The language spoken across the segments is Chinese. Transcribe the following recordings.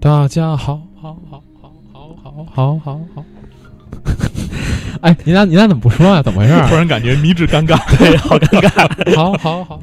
大家好，好，好，好，好，好，好，好，好。 哎，你俩你俩怎么不说啊呀、怎么回事儿？ 突然感觉迷之嗯尴尬。 对，好尴尬，好好好，好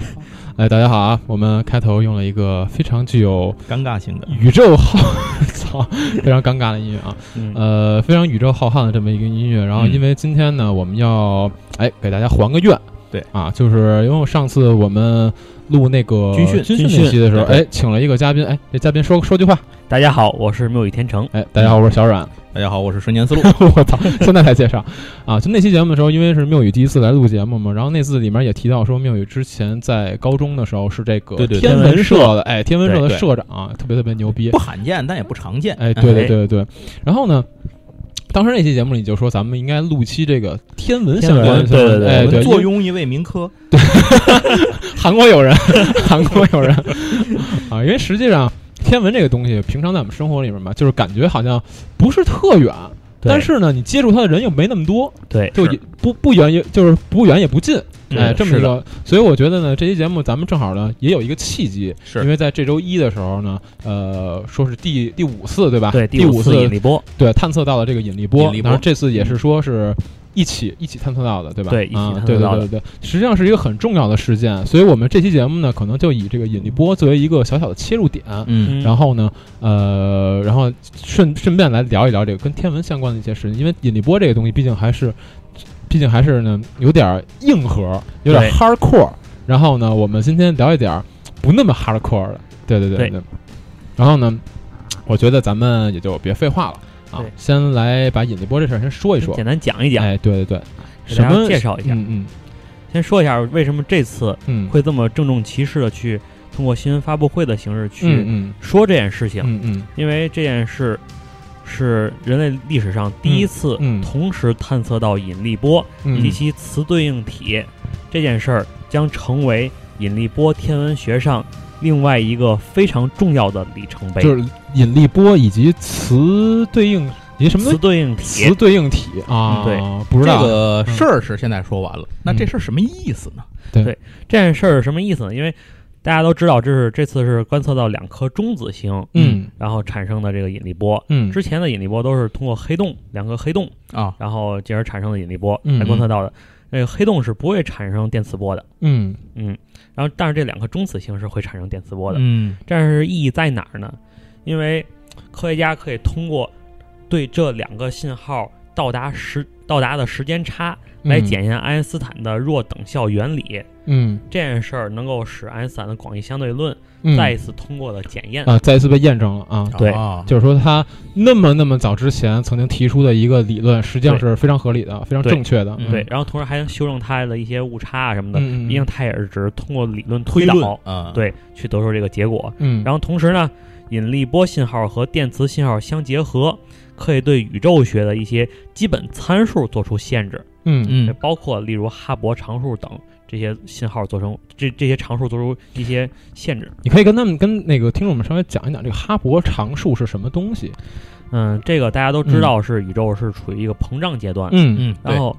哎，大家好啊！我们开头用了一个非常具有尴尬性的，宇宙浩， 操，非常尴尬的音乐啊，嗯，呃，非常宇宙浩瀚的这么一个音乐。然后，嗯因为今天呢，我们要哎给大家还个愿，对啊，就是因为上次我们录那个军训军训军那训期的时候，对哎，请了一个嘉宾，哎，这嘉宾说说句话，大家好，我是妙语天成，哎，大家好，我是小阮，大家好，我是瞬间思路。 我操！现在才介绍啊！就那期节目的时候，因为是妙宇第一次来录节目嘛，然后那次里面也提到说，妙宇之前在高中的时候是这个对对天文天社的，哎，天文社的对对社长啊，特别特别牛逼不，罕见，但也不常见。嗯哎，对对对对对。然后呢，当时那期节目里就说，咱们应该录期这个天文相关的，天文对对对哎我对，们坐因为拥一位民科，韩国有人， 韩国有人啊，因为实际上天文这个东西，平常在我们生活里面吧，就是感觉好像不是特远。对但是呢，你接触它的人又没那么多，对，就也不不远也就是不远也不近，嗯哎，这么一是个，所以我觉得呢，这期节目咱们正好呢也有一个契机，是因为在这周一的时候呢，呃，说是第第五次对吧？对，啊第五次引力波，对探测到了这个引力波，引力波然后这次也是说是。一起一起探测到的，对吧？嗯对一起啊探测到的对对对对对，实际上是一个很重要的事件，所以我们这期节目呢，可能就以这个引力波作为一个小小的切入点，嗯，然后呢，呃，然后顺顺便来聊一聊这个跟天文相关的一些事情，因为引力波这个东西毕竟还是，毕竟还是呢有点儿硬核，有点儿对 hardcore。然后呢，我们今天聊一点儿不那么 hardcore 的，对对对对对。然后呢，我觉得咱们也就别废话了啊对，先来把引力波这事儿先说一说简。单讲一讲，哎，对对对，给什大么家介绍一下。嗯嗯先说一下为什么这次嗯，会这么郑重其事的去通过新闻发布会的形式嗯去嗯说这件事情，嗯嗯因为这件事是人类历史上第一次嗯嗯同时探测到引力波以及嗯，其磁对应体这件事儿，将成为引力波天文学上另外一个非常重要的里程碑。就是引力波以及磁对应以及什么东西磁对应体词，对应体啊，嗯对，不知这道个事儿是现在说完了，那这事儿什么意思呢？这件事儿是什么意思呢？因为大家都知道，这是这次是观测到两颗中子星，嗯然后产生的这个引力波。嗯之前的引力波都是通过黑洞，两个黑洞，啊，然后进而产生的引力波嗯来观测到的。那个黑洞是不会产生电磁波的，嗯嗯，然后但是这两颗中子星是会产生电磁波的。嗯，但是意义在哪儿呢？因为科学家可以通过对这两个信号到达时到达的时间差来检验爱因斯坦的弱等效原理。嗯这件事儿能够使爱因斯坦的广义相对论嗯再一哦次通过了检验。啊再一次被验证了啊。对啊就是说，他那么那么早之前曾经提出的一个理论，实际上是非常合理的、非常正确的。对对，然后同时还能修正它的一些误差啊什么的，嗯嗯毕竟它也是只是通过理论推推导，啊，，对，去得出这个结果。嗯，然后同时呢，引力波信号和电磁信号相结合，可以对宇宙学的一些基本参数做出限制，嗯也嗯，包括例如哈勃常数等这些信号做成这这些常数做出一些限制。你可以跟他们跟那个听众们稍微讲一讲这个哈勃常数是什么东西。嗯，这个大家都知道是宇宙是处于一个膨胀阶段，嗯嗯，然后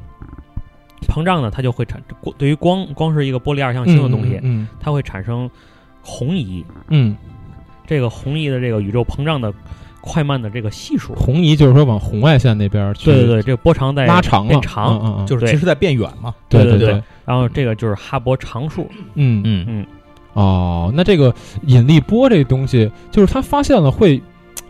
膨胀呢，它就会产过对于光光是一个波粒二象星的东西，嗯它会产生红移，嗯，这个红移的这个宇宙膨胀的快慢的这个系数。嗯红移就是说往红外线那边去对对对，这个波长在拉长了，变长，嗯嗯，就是对其实在变远嘛，对对对对，然后这个就是哈勃常数，嗯嗯嗯哦，那这个引力波这东西，就是他发现了会，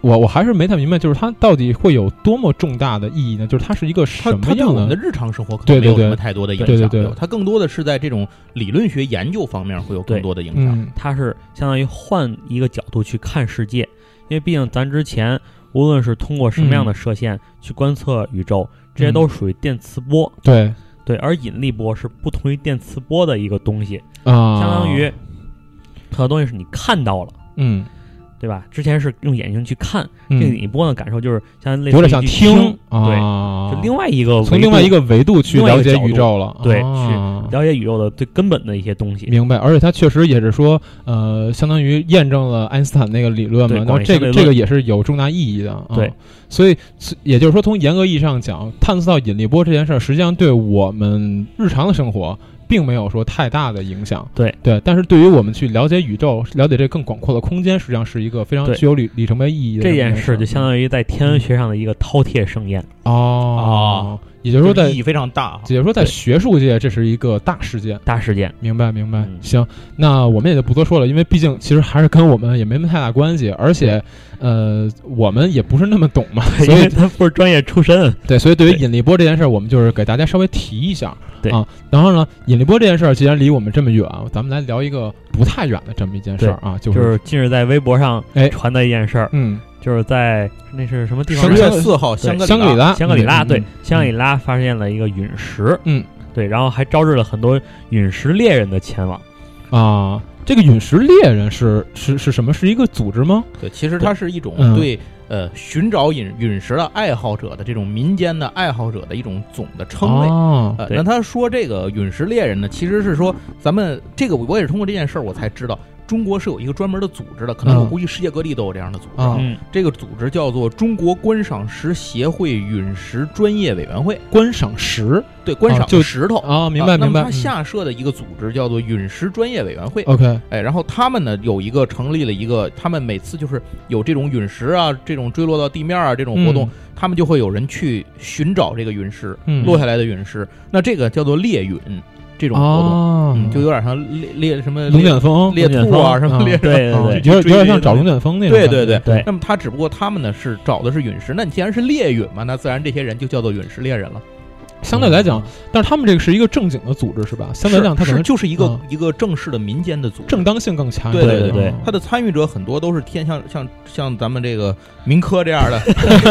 我我还是没太明白，就是它到底会有多么重大的意义呢？就是它是一个它什么它对样我们的的？日常生活可对能对没有对什么太多的影响，对对对吧它更多的是在这种理论学研究方面会有更多的影响，嗯它是相当于换一个角度去看世界，因为毕竟咱之前无论是通过什么样嗯的射线去观测宇宙，这些都属于电磁波，对对，而引力波是不同于电磁波的一个东西，啊，相当于很多东西是你看到了。嗯对吧？之前是用眼睛去看，这个嗯，引力波呢，感受就是像类似有于点像去听，啊，就另外一个从另外一个个维度去另外一了个解角宇度宙了，对啊了解宇宙的最根本的一些东西。明白，而且它确实也是说，呃，相当于验证了爱因斯坦那个理论嘛对，然后广义这相对个论这个也是有重大意义的，啊、对，所以所以也就是说，从严格意义上讲，探测到引力波这件事儿，实际上对我们日常的生活并没有说太大的影响，对对，但是对于我们去了解宇宙、了解这更广阔的空间，实际上是一个非常对具有里里程碑意义的这么一件事事就相当于在天文学上的一个饕餮盛宴。哦，也就是说在意义非常大哈。也就是说在对学术界，这是一个大事件。大事件，明白明白嗯，行，那我们也就不多说了，因为毕竟其实还是跟我们也没什么太大关系，而且，呃，我们也不是那么懂 嘛，嗯所因为以 他不是专业出身，对，所以对于对引力波这件事儿，我们就是给大家稍微提一下，对啊，然后呢，引力波这件事儿既然离我们这么远，啊咱们来聊一个不太远的这么一件事儿啊，就就是是近日在微博上哎传的一件事儿，嗯，就是在那是什么地方生十来着？月四号，香格香格里里拉，拉，香格里拉，嗯对，香格里拉发现了一个陨石，嗯，对，然后还招致了很多陨石猎人的前往。啊，这个陨石猎人是是是什么？是一个组织吗？对，其实它是一种嗯对呃寻找陨陨石的爱好者的这种民间的爱好者的一种总的称谓。哦，呃，对那他说这个陨石猎人呢，其实是说咱们这个，我也是通过这件事儿我才知道，中国是有一个专门的组织的，可能嗯我估计世界各地都有这样的组织。啊嗯，这个组织叫做中国观赏石协会陨石专业委员会，观赏石对，观啊赏就石头。啊，明啊白那明么白它下设的一个组织叫做陨石专业委员会， ，OK，哎，然后他们呢有一个成立了一个，他们每次就是有这种陨石啊，这种坠落到地面啊这种活动，嗯他们就会有人去寻找这个陨石、嗯落下来的陨石，那这个叫做猎陨这种活动，哦嗯，就有点像猎猎什么龙猎卷风，猎龙卷兔啊风什么啊猎对对啊对去有点有点追像找龙卷风那种对感觉。对对对那么他只不过他们呢是找的是陨石，那你既然是猎陨嘛，那自然这些人就叫做陨石猎人了。相对来嗯讲，但是他们这个是一个正经的组织是吧？相对来讲，他是可能是就是一个、嗯一个正式的民间的组织，正当性更强一对点。对对对啊他的参与者很多都是天像像像咱们这个民科这样的，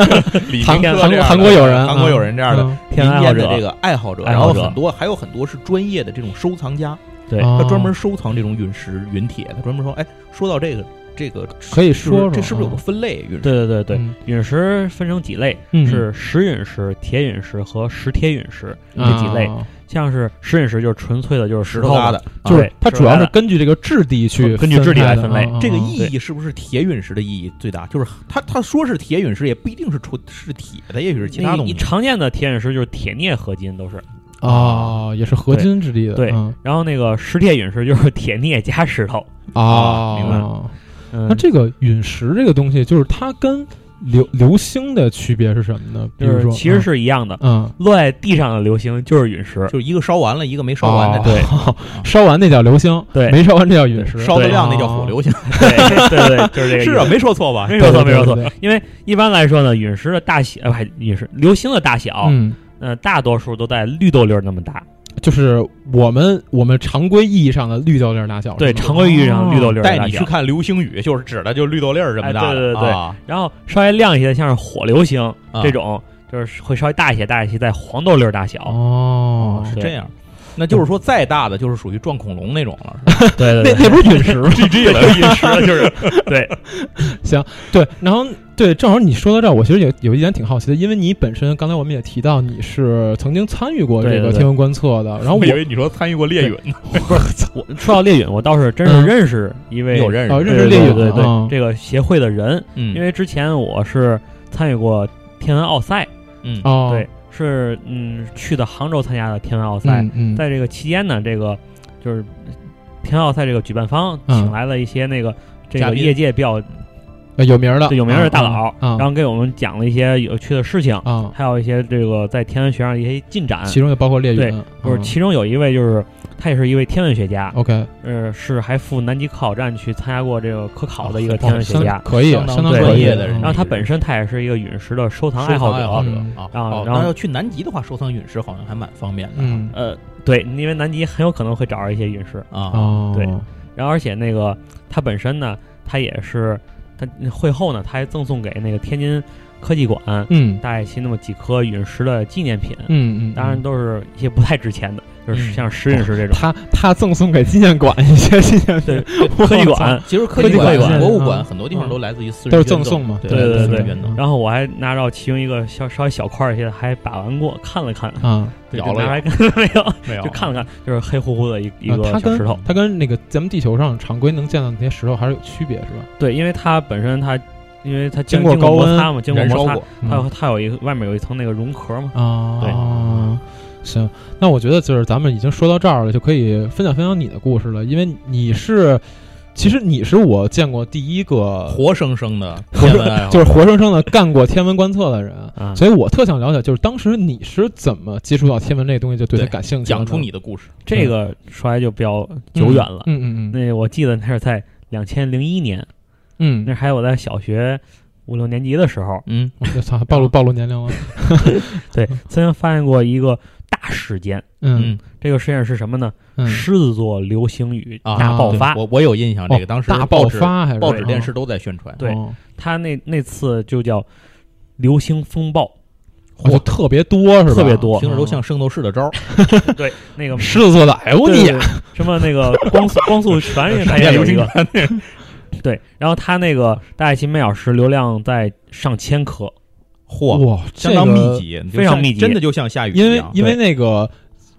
理韩民科韩国这样的韩国友人，韩国友人这样的嗯民天文爱好间的者这个爱好者，爱然好后者很多还有很多是专业的这种收藏家，对啊他专门收藏这种陨石陨铁，他专门说，哎，说到这个这个可以是不说啊是这是不是有个分类陨石？对对对对，嗯陨石分成几类，嗯是石陨石、铁陨石和石铁陨石这啊几类。像是石陨石就是纯粹的，就是石石头头搭的的，，啊就是对它石主头要搭是的根据这个质地去根据质地开来的分类啊啊这个啊意义是不是铁陨石的意义最大？就是它它说是铁陨石，也不一定是纯是铁的，也许是其他你东你西。常见的铁陨石就是铁镍合金都是，啊，也是合金质地的。对嗯然后那个石铁陨石就是铁镍加石头。啊，明白嗯那，这个陨石这个东西，就是它跟流流星的区别是什么呢？比就如是说，其实是一样的，嗯。嗯落在地上的流星就是陨石。就是一个烧完了，一个没烧完的，哦对，烧完那叫流星，对没烧完这叫陨石。 烧的亮那叫哦火流星。对对对，就是这个意思。是啊，没说错吧？没说错，没说错对对对。因为一般来说呢，陨石的大小，呃不是陨石流星的大小，嗯，呃，大多数都在绿豆粒儿那么大。就是我们我们常规意义上的绿豆粒儿大小。对，是吗常规意义上绿豆粒儿哦带大你去小。看流星雨，就是指的就是绿豆粒儿这么大的、哎对对对对啊然后稍微亮一些，像是火流星、啊这种，就是会稍微大一些，大一些，在黄豆粒儿大小。 哦，是对这样。那就是说，再大的就是属于撞恐龙那种了。对对那对那不是陨石吗？ GG 了，陨石了就是对，对，然后对，正好你说到这儿，我其实有有一点挺好奇的，因为你本身刚才我们也提到你是曾经参与过这对对个对天文观测的，然后我以啊我为你说参与过猎陨呢，我说到猎陨，我倒是真是嗯认识一位有认识？啊对认识对猎对陨对对啊这个协会的人，嗯，因为之前我是参与过天文奥赛，嗯哦，对，是嗯去的杭州参加的天文奥赛，嗯嗯，在这个期间呢，这个就是天奥赛这个举办方嗯请来了一些那个、这嘉个宾业界比较呃有名儿的对有名儿的大佬，啊然后给我们讲了一些有趣的事情，啊，还有一些这个在天文学上的一些进展。其中也包括猎对陨，就嗯是哦其中有一位就是他也是一位天文学家， OK 呃，是还赴南极科考站去参加过这个科考的一哦个天文学相家。可以相当相当专可以业的人嗯然后他本身他也是一个陨石的收藏爱好好者，好者嗯啊。然后哦然后那要去南极的话，收藏陨石好像还蛮方便的。嗯呃，对，因为南极很有可能会找着一些陨石。啊，哦对然后而且那个他本身呢，他也是他会后呢，他还赠送给那个天津科技馆嗯大概其那么几颗陨石的纪念品，嗯嗯，当然嗯都是一些不太值钱的，就是像实验室这种他他赠送给纪念馆一些纪念 品，科技馆。其实科科技技馆、馆博物嗯馆很多地方都来自于私人都是捐赠送嘛对对对私人对捐赠嗯然后我还拿到其中一个稍稍微小块儿一些的，还把玩过，看了看，啊。对，咬就了拿来看 没有，没有啊就看了看，就是黑乎乎的一一啊个它小跟石头。它跟那个咱们地球上常规能见到那些石头还是有区别，是吧？对，因为它本身它，因为它经经过高摩温擦嘛，经过燃烧摩擦过，，它有它有一个外面有一层那个绒壳嘛。嗯啊，行，那我觉得就是咱们已经说到这儿了，就可以分享分享你的故事了，因为你是，其实你是我见过第一个活生生的天文爱好 就。是活生生的干过天文观测的人，啊，所以我特想了解，就是当时你是怎么接触到天文这个东西，就对它对感兴趣的呢，讲出你的故事，这个说来就比较久远了。嗯嗯嗯那我记得那是在两千零一年，嗯，那还有我在小学五六年级的时候，嗯， 我就操，暴露暴露年龄了，对，曾经发现过一个大事件。嗯这个事件是什么呢？嗯，狮子座流星雨啊大爆发。我我有印象，这个哦当时大报爆纸、发嗯还是报纸、电视都在宣传，对哦它那那次就叫流星风暴，我就特别多是吧？特别嗯多听着都像圣斗士的招儿，对，那个狮子座的，哎呦对你对对什么那 个光速光速船啊也它也有一个，对，然后它那个大概其每小时流量在上千颗，嚯，哇，相当密这个集，非常密集真的就像下雨一因为样。因为那个，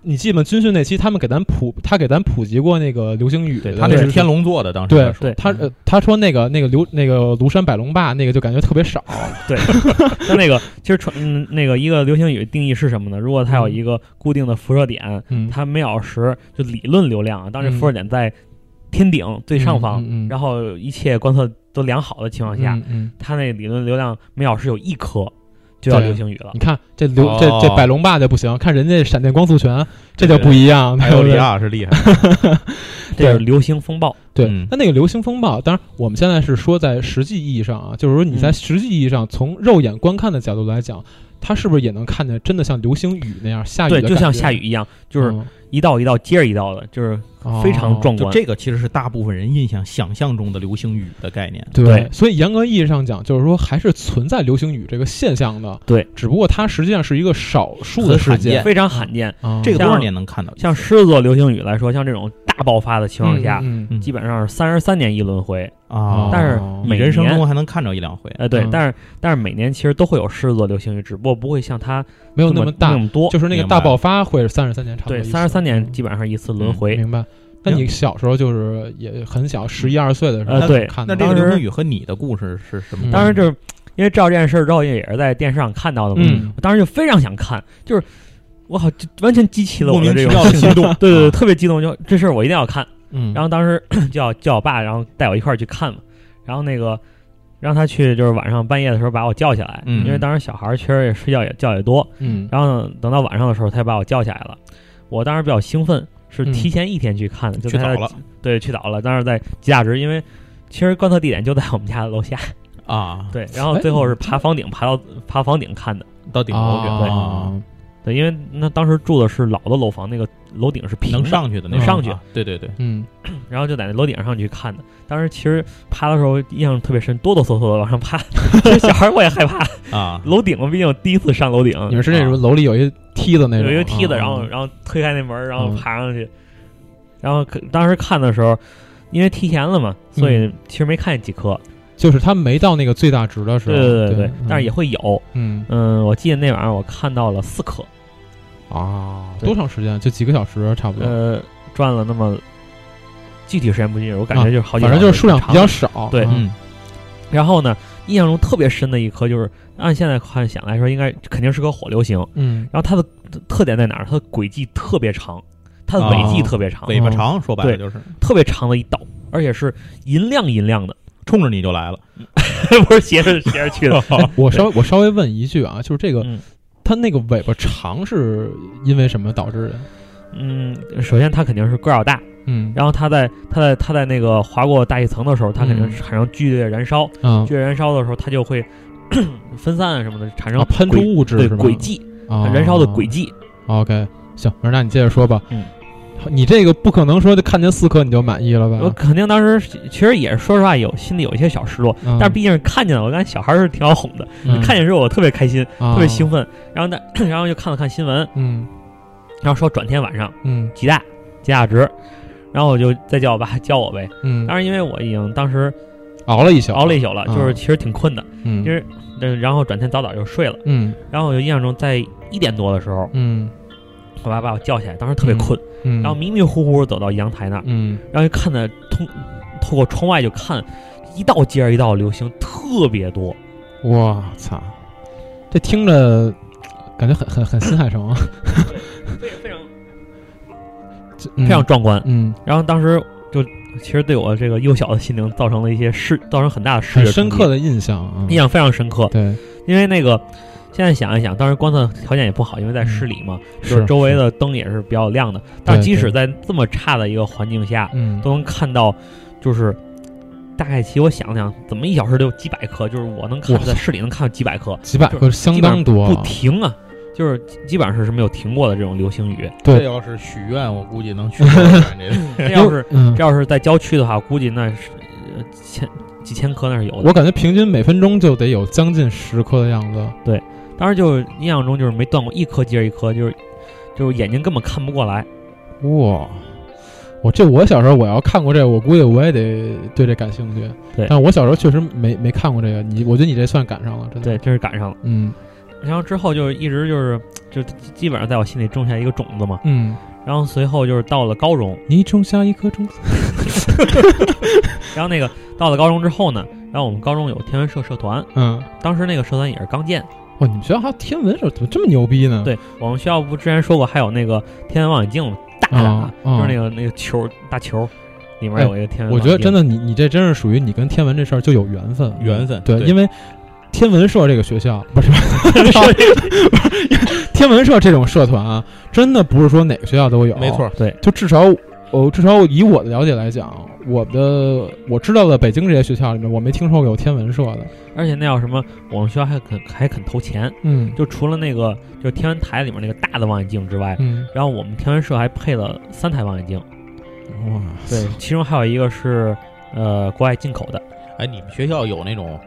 你记吗？军训那期他们给咱普，他给咱普及过那个流星雨的，对他那那是天。龙座的，当时对对他呃，他说那个那个流那个庐山百龙坝那个就感觉特别少，它那个其实传嗯那个一个流星雨定义是什么呢？如果它有一个固定的辐射点，嗯，它每小时就理论流量啊，当这嗯辐射点在天顶最上方，嗯嗯嗯然后一切观测都良好的情况下，嗯嗯，它那理论流量每小时有一颗就要对流星雨了你。看这流这哦这百龙坝就不行，看人家闪电光速拳，这就不一样，艾对欧不里对？亚是厉害，这是流星风暴，对嗯，那那个流星风暴，当然我们现在是说在实际意义上啊，就是说你在嗯实际意义上从肉眼观看的角度来讲，它是不是也能看见真的像流星雨那样下雨的对，感觉？就像下雨一样，就是嗯一道一道接着一道的，就是非哦常壮就观。这个其实是大部分人印象想象中的流星雨的概念。对对所以严格意义上讲，就是说还是存在流星雨这个现象的。对，只不过它实际上是一个少数的很事罕件见。非常罕见。啊这个嗯像多少年能看到一次？像狮子座流星雨来说，像这种大爆发的情况下，嗯嗯嗯基本上是三十三年一轮回。啊，嗯但是哦你每人生年中还能看着一两回。呃，对，嗯但是但是每年其实都会有狮子座流星雨，只不过不会像它没有这那么么大那，么多。就是那个明白大爆发会是三十三年差不多嗯对，一次。三十三年基本上一次轮回。明白。那你小时候就是也很小，十一二岁的时候呃对看的那这个当时流星雨和你的故事是什么？嗯当时就是因为知道这件事儿之后，也是在电视上看到的嘛。嗯我当时就非常想看，就是我好就完全激起了莫我名的其这妙种的兴心动奋。。对啊对对，特别激动，就这事儿我一定要看。嗯，然后当时 叫叫我爸，然后带我一块儿去看嘛。然后那个让他去，就是晚上半夜的时候把我叫起来，嗯因为当时小孩儿确实也睡觉也觉也多。嗯然后呢，等到晚上的时候，他就把我叫起来了。我当时比较兴奋，是嗯提前一天去看的，就去在早他了对，去早了。当时在吉大直，因为其实观测地点就在我们家 楼下。啊，对，然后最后是爬房顶，爬到爬房顶看的。到顶楼去啊，对，因为那当时住的是老的楼房，那个楼顶是平的能，上去的那能种上去啊对对对，嗯，然后就在那楼顶上去看的。当时其实爬的时候印象特别深，哆哆嗦嗦的往上爬。 其实小孩我也 害怕，啊，楼顶嘛，毕竟我第一次上楼顶，你们是那种楼里有一梯子那种，有一个梯子，啊然后然后推开那门儿，然后嗯爬上去。然后可当时看的时候，因为提前了嘛，所以嗯其实没看见几颗。就是它没到那个最大值的时候，对对对对对，但是也会有。嗯嗯，我记得那晚上我看到了四颗，啊，对多长时间？就几个小时差不多，呃，转了那么具体时间不记得，我感觉就是好几啊反个正小时，就是数量比长较少，对嗯嗯，然后呢，印象中特别深的一颗就是按现在看想来说，应该肯定是颗火流星。嗯，然后它的特点在哪儿？它的轨迹特别长，它的轨迹特别哦长，尾巴长，说白了嗯对就是特别长的一道，而且是银亮 银亮的，冲着你就来了。不是斜着斜着 去的。我稍微我稍微问一句啊，就是这个嗯它那个尾巴长是因为什么导致的？嗯，首先它肯定是个儿要大，嗯然后它在它在它在那个划过大气层的时候，它肯定是产生剧烈燃烧，啊剧烈燃烧的时候，它就会 分散啊什么的，产生啊，喷出轨物质对是吗轨迹，啊它燃烧的轨迹。 OK，行，我说那你接着说吧。嗯，你这个不可能说就看见四颗你就满意了我吧？肯定当时其实也是说实话有心里有一些小失落，嗯但是毕竟是看见了，我感觉小孩儿是挺好哄的，嗯看见之后我特别开心，啊 特别兴奋。然后呢，然后就看了看新闻，嗯然后说转天晚上嗯极大极大值，然后我就再叫我爸教我呗。嗯，当然，因为我已经当时熬了一宿，熬了一宿了，嗯就是其实挺困的，嗯，就是嗯，然后转天早早就睡了。嗯然后我就印象中在一点多的时候，嗯我爸把我叫起来，当时特别困，嗯，然后迷迷糊糊走到阳台那儿，嗯然后就看的通透过窗外就看一道接着一道流星，特别多。我操，这听着感觉很很很新海诚啊，对，非常这非常壮观。嗯，嗯然后当时就其实对我这个幼小的心灵造成了一些视，造成很大的视很觉深冲击哎刻的印象啊，印象非常深刻。对因为那个现在想一想，当时观测条件也不好，因为在市里嘛，就是周围的灯也是比较亮的。但嗯是对即使对在这么差的一个环境下，嗯都能看到，就是大概其实我想想，怎么一小时得有几百颗？就是我能看哇在市里能看到几百颗，几百颗相当多啊，不停啊，就是基基本上是没有停过的这种流星雨。对这要是许愿，我估计能 许愿这 个。这要是嗯这。要是在郊区的话，估计那是呃千几千颗那是有的。我感觉平均每分钟就得有将近十颗的样子，当时就是印象中就是没断过一颗接着一颗，就是就是眼睛根本看不过来。哇！我这我小时候我要看过这个，我估计我也得对这感兴趣。对但是我小时候确实没没看过这个，你我觉得你这算赶上了，真的。对，，真是赶上了。嗯然后之后就是一直就是就基本上在我心里种下一个种子嘛。嗯，然后随后就是到了高中，你种下一颗种子，然后那个到了高中之后呢，然后我们高中有天文社社团，嗯，当时那个社团也是刚建。哇，哦你们学校还有天文社，怎么这么牛逼呢？，对我们学校不之前说过还有那个天文望远镜吗大的啊，啊啊 就是那个那个球大球里面有一个天哎文我望远镜。觉得真的你你这真是属于你跟天文这事儿就有缘分，缘分对，对因为天文社这个学 校不是 天文社这种社团啊，真的不是说哪个学校都有，没错，对，就至少我至少以我的了解来讲，我的我知道的北京这些学校里面，我没听说过有天文社的。而且那叫什么，我们学校还肯还肯投钱，嗯就除了那个就是天文台里面那个大的望远镜之外，嗯，然后我们天文社还配了三台望远 镜，哇，对，其中还有一个是呃国外进口的，哎，你们学校有那种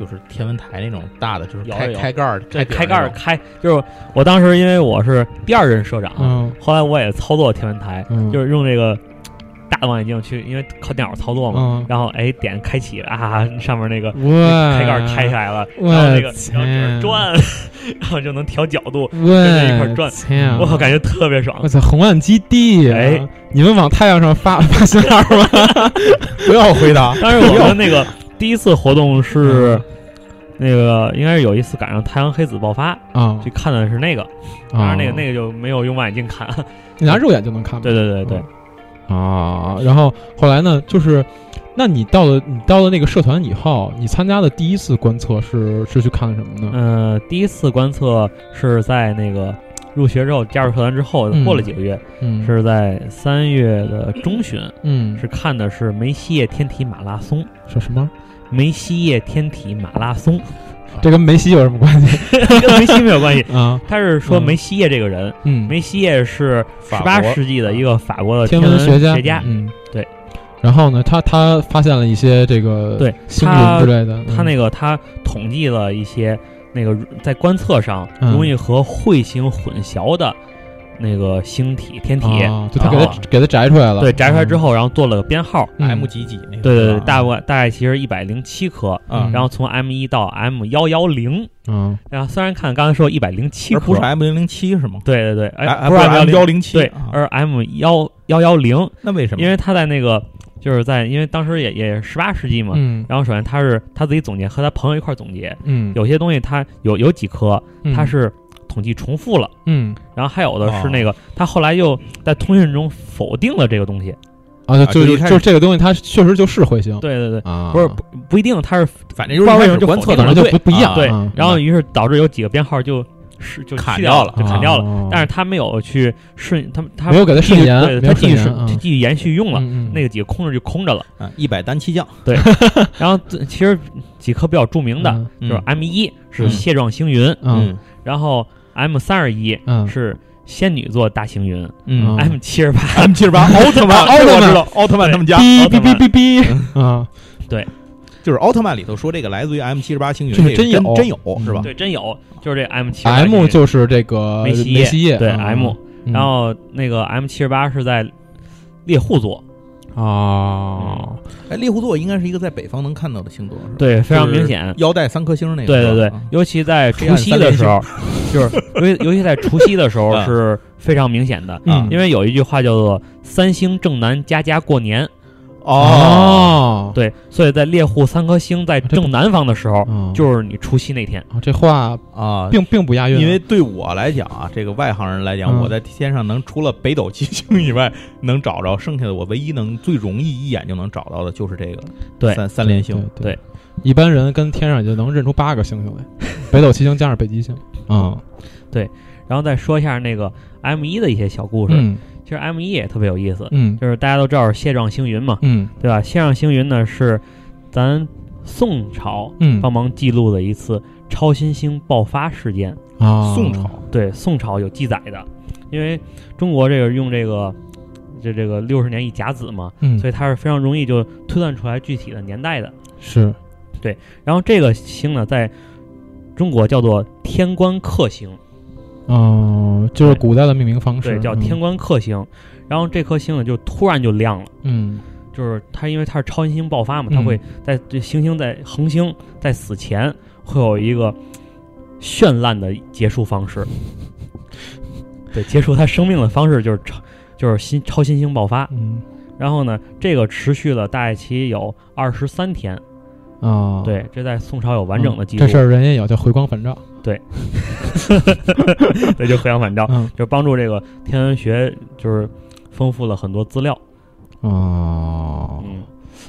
就是天文台那种大的，就是有开有开盖儿这这开盖儿开就是我当时因为我是第二任社长，嗯后来我也操作天文台，嗯，就是用这个大的望远镜去，因为靠电脑操作嘛，嗯，然后哎点开启啊，上面那个哇，开盖儿开下来了，我然后那个天然后就是转， 然后就能调角度，哇，这一块转天啊，我感觉特别爽我。操，红岸基地啊，哎你们往太阳上发发信 号吗？不要回答当时我们那个第一次活 动嗯是，那个应该是有一次赶上太阳黑子爆发，啊去看的是那个，当然那个那个就没有用望远镜看。 你拿肉眼就能看吗？对对对对，啊，然后后来呢，就是，那你到了你到了那个社团以后，你参加的第一次观测是是去看的什么呢？嗯，第一次观测是在那个入学之后加入社团之后嗯过了几个月，嗯，是在三月的中旬，嗯是看的是梅西叶天体马拉松。是什么？梅西叶天体马拉 松这跟梅西有什么关系跟梅西没有关系，啊？他是说嗯梅西叶这个人，嗯，梅西叶是十法八国世纪的一个法国的天文文学家，嗯，对。然后呢，他他发现了一些这个对星他云之类的，他嗯那个他统计了一些那个在观测上嗯容易和彗星混淆的那个星体天体，啊，就他给然他后给他摘出来了，对摘出来之嗯后，然后做了个编号，嗯 M 几几那个，对对对，啊大概大概其实一百零七颗，啊嗯，然后从 M 一到 M 幺幺零，嗯然后虽然看刚才说一百零七而颗，不是 M 零零七是吗？对对对，哎，哎不是 M 幺幺，零七，对啊，而 M 幺幺幺零，那为什么？因为他在那个就是在因为当时也也十八世纪嘛，嗯然后首先他是他自己总结和他朋友一块儿总结，嗯，有些东西它有有几颗嗯它是统计重复了，嗯然后还有的是那个哦他后来又在通讯中否定了这个东西。啊，啊就就就一开就始这个东西，它确实就是彗星对对对，啊，不是不不一定它是，反正就是不知道一开为什么始就观否测定的了人就不不一样对对啊，然后于是导致有几个编号就是就砍去掉了就砍掉了。了哦但是他没有去顺他他没有给它继续顺延对没他有继续顺延顺啊继续延续用了。嗯嗯那个几个空着就空着了，啊，一百单七将，然后最其实几颗比较著名的，就就是 M 一是嗯蟹状星云，嗯然后 M 三十一嗯是仙女座大星云嗯，M 七十八 M 七十八嗯 奥特曼，奥特曼这我知道，奥特曼他们家哔奥特哔曼哔哔嗯哔啊，就是奥特曼里头说这个来自于 M 七十八星云，这是个真真有真有是吧？对，真有，就是这 M 七 M 就是这个梅西叶西叶对啊 M，嗯然后那个 M 七十八是在猎户座，哦，哎，猎户座应该是一个在北方能看到的星座，是吧？对，非常就是明显。腰带三颗星那个，对对是吧对，尤其在黑除暗夕三的连时候，就是因为尤其在除夕的时候啊是非常明显的，嗯因为有一句话叫做“三星正南，家家过年”。哦，对，所以在猎户三颗星在正南方的 时候，哦，就是你除夕那天。哦这话啊，并并不押韵啊，因为对我来讲啊，这个外行人来讲，嗯我在天上能除了北斗七星以外，能找着剩下的，我唯一能最容易一眼就能找到的就是这个对三三连星。对，对一般人跟天上也就能认出八个星星 来，北斗七星加上北极星嗯啊，然后再说一下那个 M 一的一些小故事，嗯其实 M 一也特别有意思，嗯就是大家都知道是蟹状星云嘛，嗯对吧？蟹状星云呢是咱宋朝嗯帮忙记录的一次超新星爆发事件。啊，宋朝对宋朝有记载的，因为中国这个用这个这这个六十年一甲子嘛，嗯所以它是非常容易就推断出来具体的年代的。是然后这个星呢，在中国叫做天官克星，哦，就是古代的命名方式，对，叫嗯天官克星。然后这颗星呢，就突然就亮了，嗯就是它因为它是超新星爆发嘛，嗯它会在这行星在恒星在死前会有一个绚烂的结束方式。对，结束它生命的方式就是超，就是新超新星爆发。嗯然后呢，这个持续了大概其有二十三天。啊，对，这在宋朝有完整的嗯记录。这事儿人也有叫回光返照，对，就回光返照，嗯就帮助这个天文学就是丰富了很多资料。哦嗯，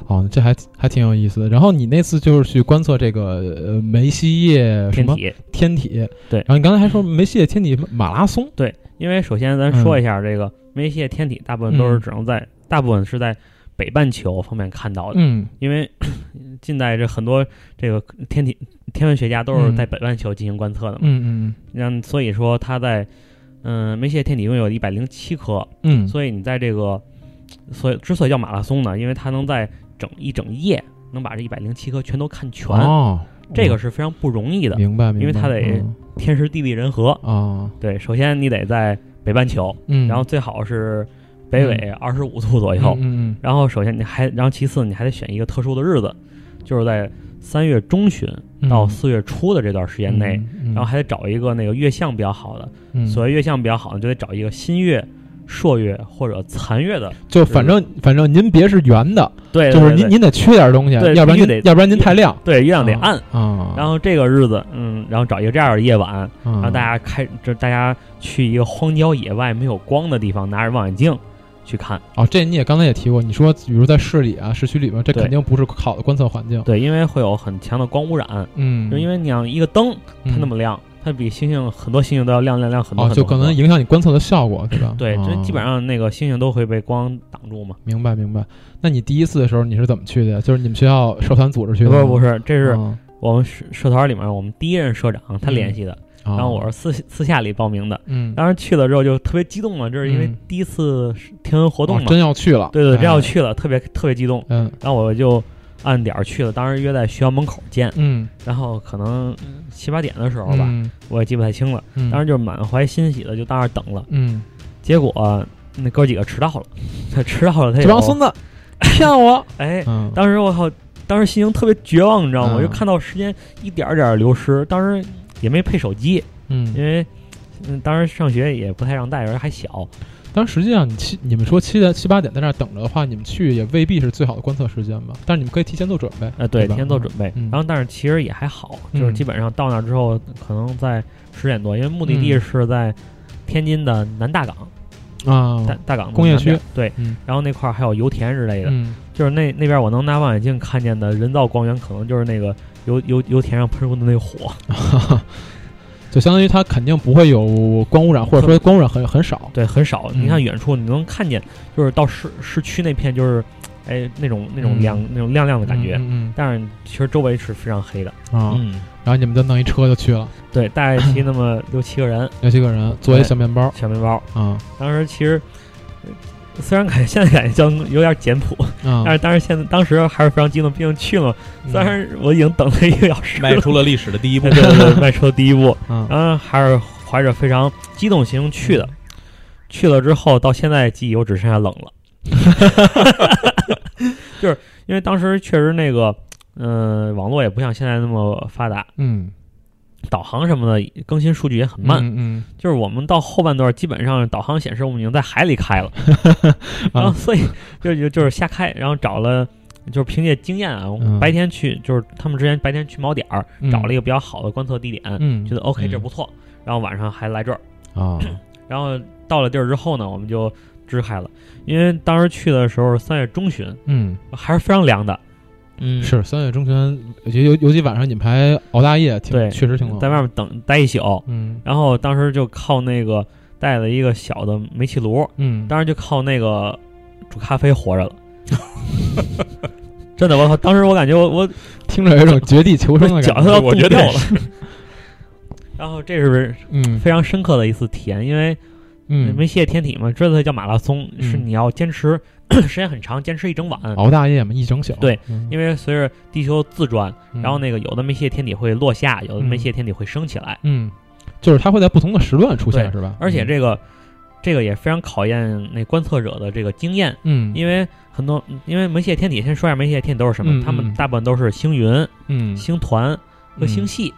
哦，这还还挺有意思的。然后你那次就是去观测这个呃梅西叶什天么体天体，对然后你刚才还说梅西叶天体马拉松，对，因为首先咱嗯说一下这个梅西的天体，大部分都是只能在、大部分是在北半球方面看到的，嗯因为 近代这很多这个天体天文学家都是嗯在北半球进行观测的嘛，嗯嗯嗯，所以说它在嗯、梅西的天体一共有一百零七颗，嗯，所以你在这个，所以之所以叫马拉松呢，因为它能在整一整夜能把这一百零七颗全都看全，哦，这个是非常不容易的，明白，明白因为它得嗯天时地利人和。啊，对，首先你得在北半球，嗯，然后最好是北纬二十五度左右，嗯嗯然后首先你还，然后其次你还得选一个特殊的日子，就是在三月中旬嗯到四月初的这段时间内，，嗯然后还得找一个那个月相比较好的，嗯所谓月相比较好的，就得找一个新月、朔月或者残月的。就反正反正您别是圆的，对，就是对您对您得缺点东西，对要不然必须您得要不然您太亮对月亮得暗。啊。嗯然后这个日子，嗯，然后找一个这样的夜晚，然让大家开，就是大家去一个荒郊野外没有光的地方，拿着望远镜去看。哦，这你也刚才也提过，你说比如在市里啊、市区里边，这对肯定不是好的观测环境。对，因为会有很强的光污染，嗯，就因为你想一个灯它那嗯么亮，它比星星很多星星都要亮亮亮很多哦，很就多。可能影响你观测的效果，对吧？对，哦这基本上那个星星都会被光挡住嘛。明白明白。那你第一次的时候你是怎么去的呀？就是你们学校社团组织去的不吗？是不是，这是嗯我们社社团里面我们第一任社长他嗯联系的，哦然后我是私私下里报名的。嗯，当时去了之后就特别激动嘛，这是因为嗯第一次是天文活动哦嘛，真要去了，对对，哎真要。去了，特别特别激动。嗯然后我就按点儿去了，当时约在学校门口见，嗯，然后可能七八点的时候吧，嗯，我也记不太清了。嗯当时就满怀欣喜的就到那儿等了，嗯，结果那哥几个迟到了， 他迟到了，他这帮孙有子骗我。哎，嗯，当时我靠，当时心情特别绝望，你知道吗？嗯就看到时间一点儿点儿流失，当时也没配手机，嗯因为。嗯，当时上学也不太让带，人还小，但实际上，你七你们说七点七八点在那儿等着的话，你们去也未必是最好的观测时间吧？但是你们可以提前做准备。呃，对，吧提前做准备。嗯然后，但是其实也还好，就是嗯基本上到那之后，可能在十点多，因为目的地嗯是在天津的南大港，啊，嗯大大港的工业南边区。对，嗯然后那块儿还有油田之类的，嗯就是那那边我能拿望远镜看见的人造光源，可能就是那个油油油田上喷出的那火。哈哈，就相当于它肯定不会有光污染，或者说光污染很很少。对，很少。嗯你看远处你能看见，就是到市市区那片就是，哎，那种那种嗯亮、那种亮亮的感觉。嗯但是其实周围是非常黑的，嗯啊，嗯，然后你们就弄一车就去了，对，大概骑 那么六七个人有几个人做一小面包小面包，啊当时其实呃虽然感觉现在感觉交通有点简朴，啊但，是当时现在当时还是非常激动，毕竟去了，嗯虽然我已经等了一个小时了，迈出了历史的第一步 对。对对，迈出了第一步，嗯啊然后还是怀着非常激动心情去的。去了之后，到现在记忆我只剩下冷了， 就是因为当时确实那个，嗯、网络也不像现在那么发达，嗯，导航什么的更新数据也很慢。嗯就是我们到后半段，基本上导航显示我们已经在海里开 了，然啊后所以就就就是瞎开，然后找了。就是凭借经验啊，我嗯白天去就是他们之前白天去锚点儿，嗯，找了一一个比较好的观测地点，嗯，觉得 OK 嗯这不错，然后晚上还来这儿，啊，然后到了地儿之后呢，我们就支开了，因为当时去的时候三月中旬，嗯，还是非常凉的，嗯，是三月中旬，尤尤其晚上你们还熬大夜，挺对确实挺冷，在外面等待一宿，嗯然后当时就靠那个带了一个小的煤气炉，嗯，当时就靠那个煮咖啡活着了。真的，我操！当时我感觉我我听着有一种绝地求生的脚感都觉，要我冻觉得掉也了。然后这是嗯非常深刻的一次体验，因为嗯，梅西的天体嘛，知道它叫马拉松，嗯哦是你要坚持 时间很长，坚持一整晚。熬大夜嘛，一整宿，对嗯，因为随着地球自转，嗯然后那个有的梅西的天体会落下，有的梅西的天体会升起来，嗯，就是它会在不同的时段出现，对是吧？嗯而且这个这个也非常考验那观测者的这个经验，嗯，因为为很多因为梅西的天体，先说一下梅西的天体都是什嗯嗯么，它们大部分都是星云、嗯星团和星系，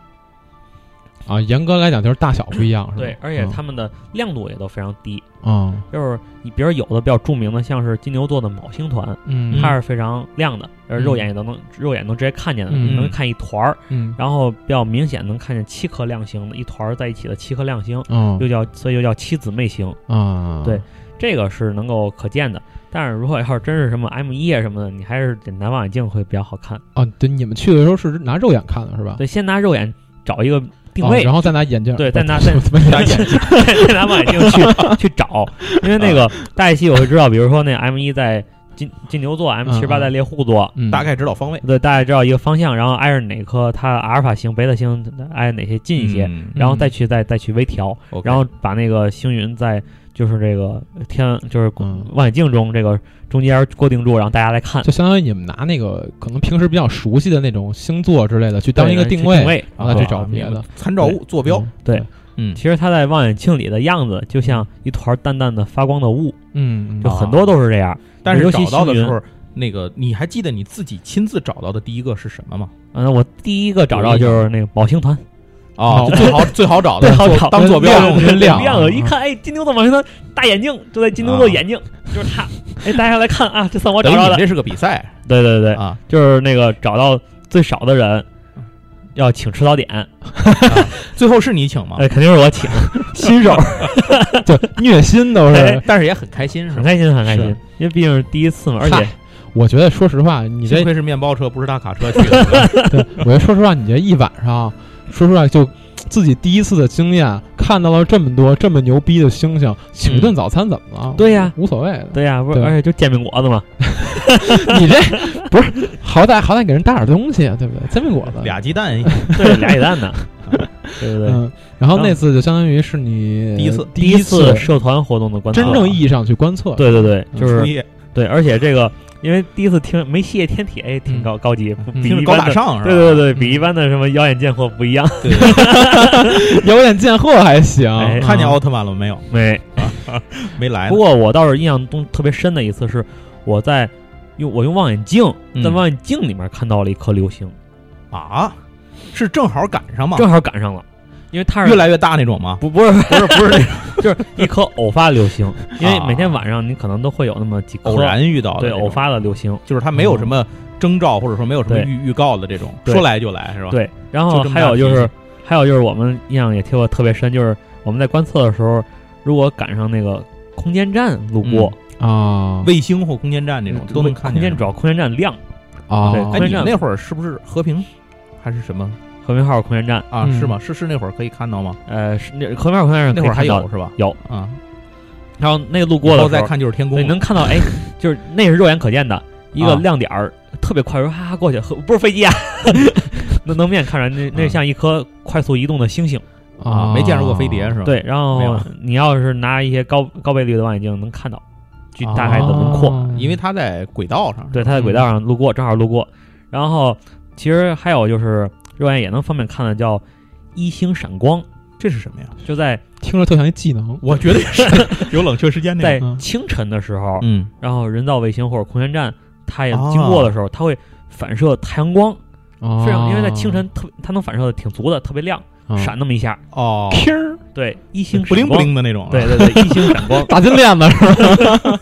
啊，严格来讲就是大小不一样，是吧？对，而且它们的亮度也都非常低，啊，嗯就是你比如有的比较著名的，像是金牛座的卯星团，嗯，它是非常亮的，呃，肉眼也都能肉眼能直接看见的，嗯你能看一团儿，嗯然后比较明显能看见七颗亮星的一团儿在一起的七颗亮星，嗯又叫所以又叫七姊妹星，啊，对这个是能够可见的。但是如果要是真是什么 M 一啊什么的，你还是得拿望远镜会比较好看。啊，对，你们去的时候是拿肉眼看的是吧？对，先拿肉眼找一个定啊位，然后再拿眼镜，对不再拿不 再不没拿眼镜，再拿望远镜 去去找，因为那啊个大概期我会知道，比如说那 M 一在金金牛座，M 七十嗯八在猎户座，嗯大概知道方位，对，大概知道一个方向，然后挨着哪颗，它阿尔法星、贝塔星挨哪些近一些，嗯然后再去再再去微调， OK 然后把那个星云在就是这个天就是嗯望远镜中这个中间固定住，然后大家来看，就相当于你们拿那个可能平时比较熟悉的那种星座之类的去当一个定位，位然后再去啊找别的参照物坐标，对，嗯其实它在望远镜里的样子就像一团淡淡的发光的雾，嗯，嗯就嗯 很多都是这样。但是尤其找到的星时云候，那个你还记得你自己亲自找到的第一个是什么吗？嗯，我第一个找到就是那个宝星团，啊，哦就最好最好找的最，好做找当坐标亮用真亮亮了，一看，哎，金牛座宝星团大眼睛就在金牛座眼睛，就是它。哎，大家来看啊，这算我等找于你着的。这是个比赛对对对，啊，就是那个找到最少的人，要请吃早点，最后是你请吗？哎，肯定是我请，新 手就虐心都是哎。但是也很开心，是很吧？开心，很开心是，因为毕竟是第一次嘛，而且嗨我觉得说实话，你这幸亏是面包车，不是大卡车去 的。对，我觉得说实话，你这一晚上，说实话就自己第一次的经验，看到了这么多这么牛逼的星星，请一顿早餐怎么了？嗯 对呀无所谓的。对呀，不是，对而且就煎饼果子嘛，你这不是好歹好歹给人带点东西，啊对不对？煎饼果子。俩鸡蛋，对，俩鸡蛋呢，对对对，嗯，然后那次就相当于是你第一次嗯第一次次社团活动的观察，真正意义上去观测。对对对， 就初是一对，而且这个因为第一次听梅西的天体，哎，挺高高级，不比听着一高般大的。上是吧？对对对，嗯比一般的什么妖眼见货不 一样，有点见货还行。哎嗯看见奥特曼了没有？没没来不呢。过我倒是印象中特别深的一次是，我在用我用望远镜，嗯在望远镜里面看到了一颗流星，啊，是正好赶上吗？正好赶上了，因为它是啊越来越大那种吗？不不是不是不是那种就是 一颗偶发 流星，因为每天晚上你可能都会有那么几颗偶然遇到的对这种，偶发的流星，就是它没有什么征兆，或者说没有什么对预预告的这种，对说来就来是吧？，对，然后就这么还大有提就醒是还有就是我们印象也听过特别深，就是我们在观测的时候，如果赶上那个空间站路过，啊卫星或空间站这种嗯都能看嗯空见是吧。间主要空间站亮，啊对！哎，空间你站们那会儿是不是和平还是什么和平号空间站，啊？嗯是吗？是是那会儿可以看到吗？呃，是那和平号空间站那可会以儿还看到有的，是吧？有啊，然后那个路过过的时后候再看就是天宫对，了，能看到，哎，就是那是肉眼可见的一个啊亮点儿，特别快，说哈哈过去，呵不是飞机啊， 能能面看着，那那嗯像一颗快速移动的星星。啊，没见着过飞碟是吧？，对，然没后有你要是拿一些高高倍率的望远镜，能看到巨大概的轮廓。啊因为它在轨道上，对，它在轨道上路过，正好路过。然后其实还有就是肉眼也能方便看的叫一星闪光，这是什么呀？就在听着特像一技能。我觉得 是有冷却时间那在个。嗯清晨的时候，嗯，然后人造卫星或者空间站，它也啊经过的时候，它会反射太阳光，哦非常因为在清晨特别它能反射的挺足的，特别亮，啊闪那么一下，哦， ，Q 儿对，一星不闪灵不光，灵的那种啊。对 对对，一星闪光，打金链子是吧？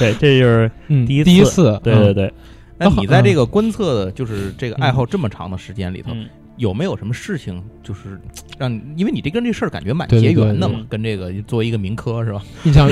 对，这就是嗯，第第一一次次，对嗯对对，那你在这个观测的，就是这个爱好这么长的时间里头，嗯，有没有什么事情就是让你，因为你这跟这事儿感觉蛮对结对对缘的嘛嗯，跟这个作为一个民科是吧？印 象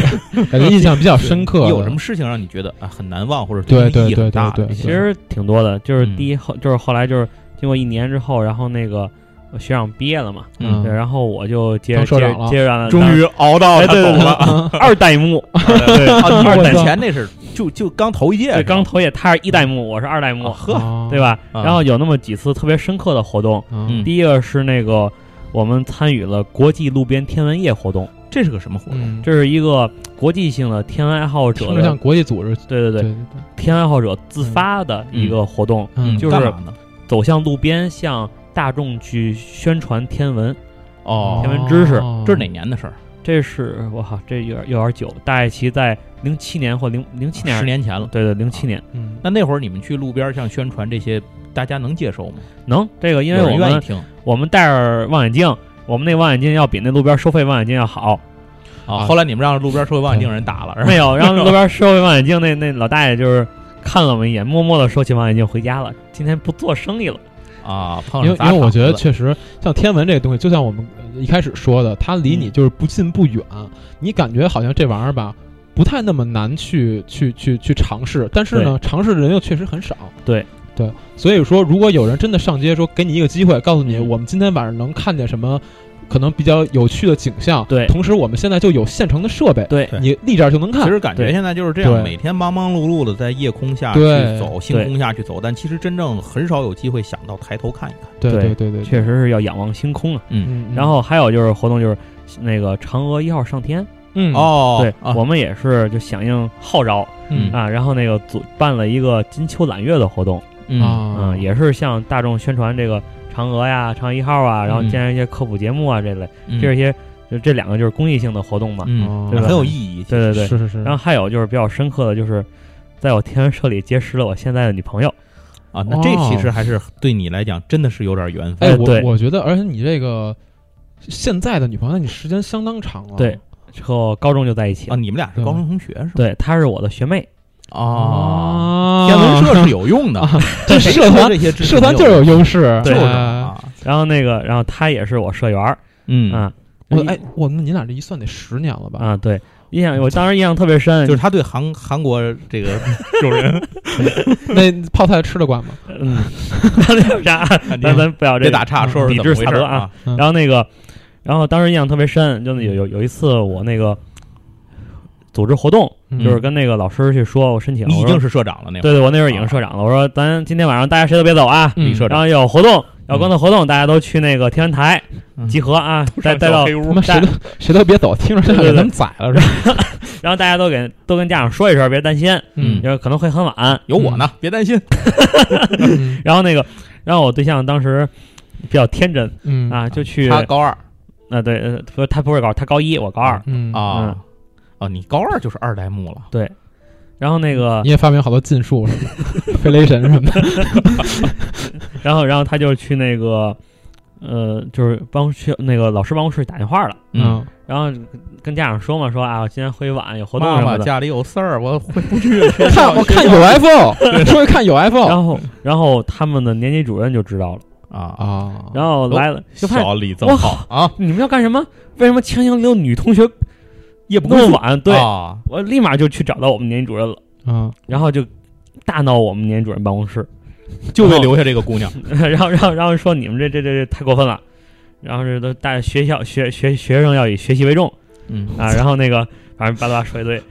感觉印象比较深刻的。有什么事情让你觉得啊很难忘，或者对你意义对很对大？对对其实挺多的，就是嗯第一后就是后来就是经过一年之后，然后那个呃学长毕业了嘛，嗯对，然后我就接着当社接长着了接着让终于熬到哎他对走对对了， 二代目，对，啊你我二操以前那是就就刚头一届是吧，啊对，刚嗯头也他是一代目，我是二代目，呵，哦对？吧？啊然后有那么几次特别深刻的活动，嗯第一个是那个我们参与了国际路边天文夜活动，这是个什么活动？嗯，这是一个国际性的天文爱好者听着像的，国际组织，对对对，对，天文爱好者自发的一个活动，嗯，就是干嘛呢？走向路边向大众去宣传天文。哦，天文知识嗯这是哪年的事儿？这是我靠，这有点有点久。大概其在零七年或零零七年还十是，年前了。对对，零七年嗯，那那会儿你们去路边儿像宣传这些，大家能接受吗？能这个，因为有人我愿意们听我们戴着望远镜，我们那望远镜要比那路边收费望远镜要好。啊。后来你们让路边儿社会望远镜人打 了，是吧？没有，然后路边收费望远镜那那老大爷就是看了我们一眼，默默的收起望远镜回家了。今天不做生意了。啊，碰因上为砸因为我场觉得子确实像天文这个东西，就像我们呃一开始说的，它离你嗯就是不近不远，你感觉好像这玩意儿吧。不太那么难去去去去尝试，但是呢，尝试的人又确实很少。对对，所以说，如果有人真的上街说给你一个机会，告诉你嗯我们今天晚上能看见什么，可能比较有趣的景象。对同时我们现在就有现成的设备，对对你立这儿就能 看。其实感觉对现在就是这样，对每天忙忙碌碌的在夜空下去对走，星对空下去走，但其实真正很少有机会想到抬头看一看。对对对对，确实是要仰望星空啊。嗯。嗯然后还有就是活动就是那个嫦娥一号上天，嗯哦，对、啊，我们也是就响应号召嗯啊，然后那个组办了一个金秋揽月的活动，嗯，啊嗯，也是向大众宣传这个嫦娥呀、嫦娥一号啊，然后嗯建设一些科普节目啊这类，嗯这是一些就这两个就是公益性的活动嘛。嗯，哦对吧很有意义。对对对，是是是。然后还有就是比较深刻的就是，在我天文社里结识了我现在的女朋友。啊，那这其实还是对你来讲真的是有点缘分。哦哎，哎我对我觉得，而且你这个现在的女朋友，你时间相当长哦了。对和高中就在一起啊，了。你们俩是高中同学是吧？对，她是我的学妹，啊，啊，天文社是 有用的，这谁社说团 这些知识社团没就是有优势，就是哎啊，然后那个，然后她也是我社员儿嗯啊。我一哎，我那你俩这一算得十年了吧？啊，对，印象我当时印象特别深，嗯就是他对韩韩国这 个这种人，那泡菜吃得惯吗？嗯， 那有啥？咱咱不要这嗯别打岔，说说比怎之么回萨事德儿啊。啊？嗯然后那个，然后当时印象特别深，就是嗯有有有一次我那个组织活动，嗯就是跟那个老师去说，我申请，嗯你已我经说是社啊长了，那会儿对对，我那时候已经社长了，我说咱今天晚上大家谁都别走啊，嗯李社然长后有活动。有观测活动，大家都去那个天文台嗯集合啊，带带到，他妈谁都谁都别走，听着像对对给对他们宰了是吧？然后大家都给都跟家长说一声，别担心，嗯因为可能会很晚。有我呢，别 担心。嗯然后那个，然后我对象当时比较天真嗯啊，就去他高二啊，对，呃不，他不是高，他高一，我高二。嗯，啊，哦，你高二就是二代目嗯了。然后那个你，也发明好多禁术什么的， 飞雷神什么的。然后，然后他就去那个，呃，就是帮去那个老师办公室打电话了。嗯，然后跟家长说嘛，说啊，我今天会晚，有活动妈什么妈的。家里有事儿，我 回不去。看我看有 UFO，出去看有 UFO 然后，然后他们的年级主任就知道了，啊，啊，然后来了，就发现小李正好啊，你们要干什么？为什么青阳楼女同学夜那么晚？对，啊我立马就去找到我们年级主任了，嗯然后就大闹我们年级主任办公室。 就为留下这个姑娘。然后，然后，然后说你们这这这这太过分了，然后这都大学校学学学生要以学习为重嗯啊，然后那个反正巴拉巴拉说一堆，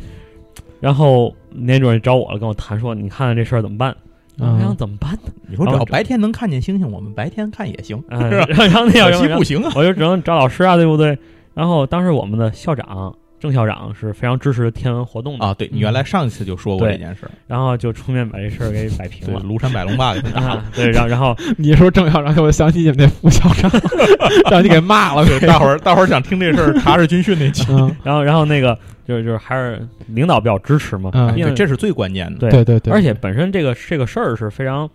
然后年主任找我了，跟我谈说，你看看这事儿怎么办？我想嗯，哎怎么 办呢？你说只要白天能看见星星，我们白天看也行，嗯， 是吧？然后然后那叫可什惜么不？行啊。我就只能找老师啊，对不对？然后当时我们的校长郑校长是非常支持天文活动的，啊，对你原来上一次就说过嗯对这件事儿，然后就出面把这事儿给摆平对，了。庐山百龙坝给他打了，啊，对，然后然后你一说郑校长，我想起你们那副校长， 让你给骂了。对，大伙儿大伙儿想听这事 儿，查查军训那期， 嗯然后然后那个就是就是还是领导比较支持嘛，嗯因为啊对，这是最关键的，对对对对，而 且本身这个这个事儿是非常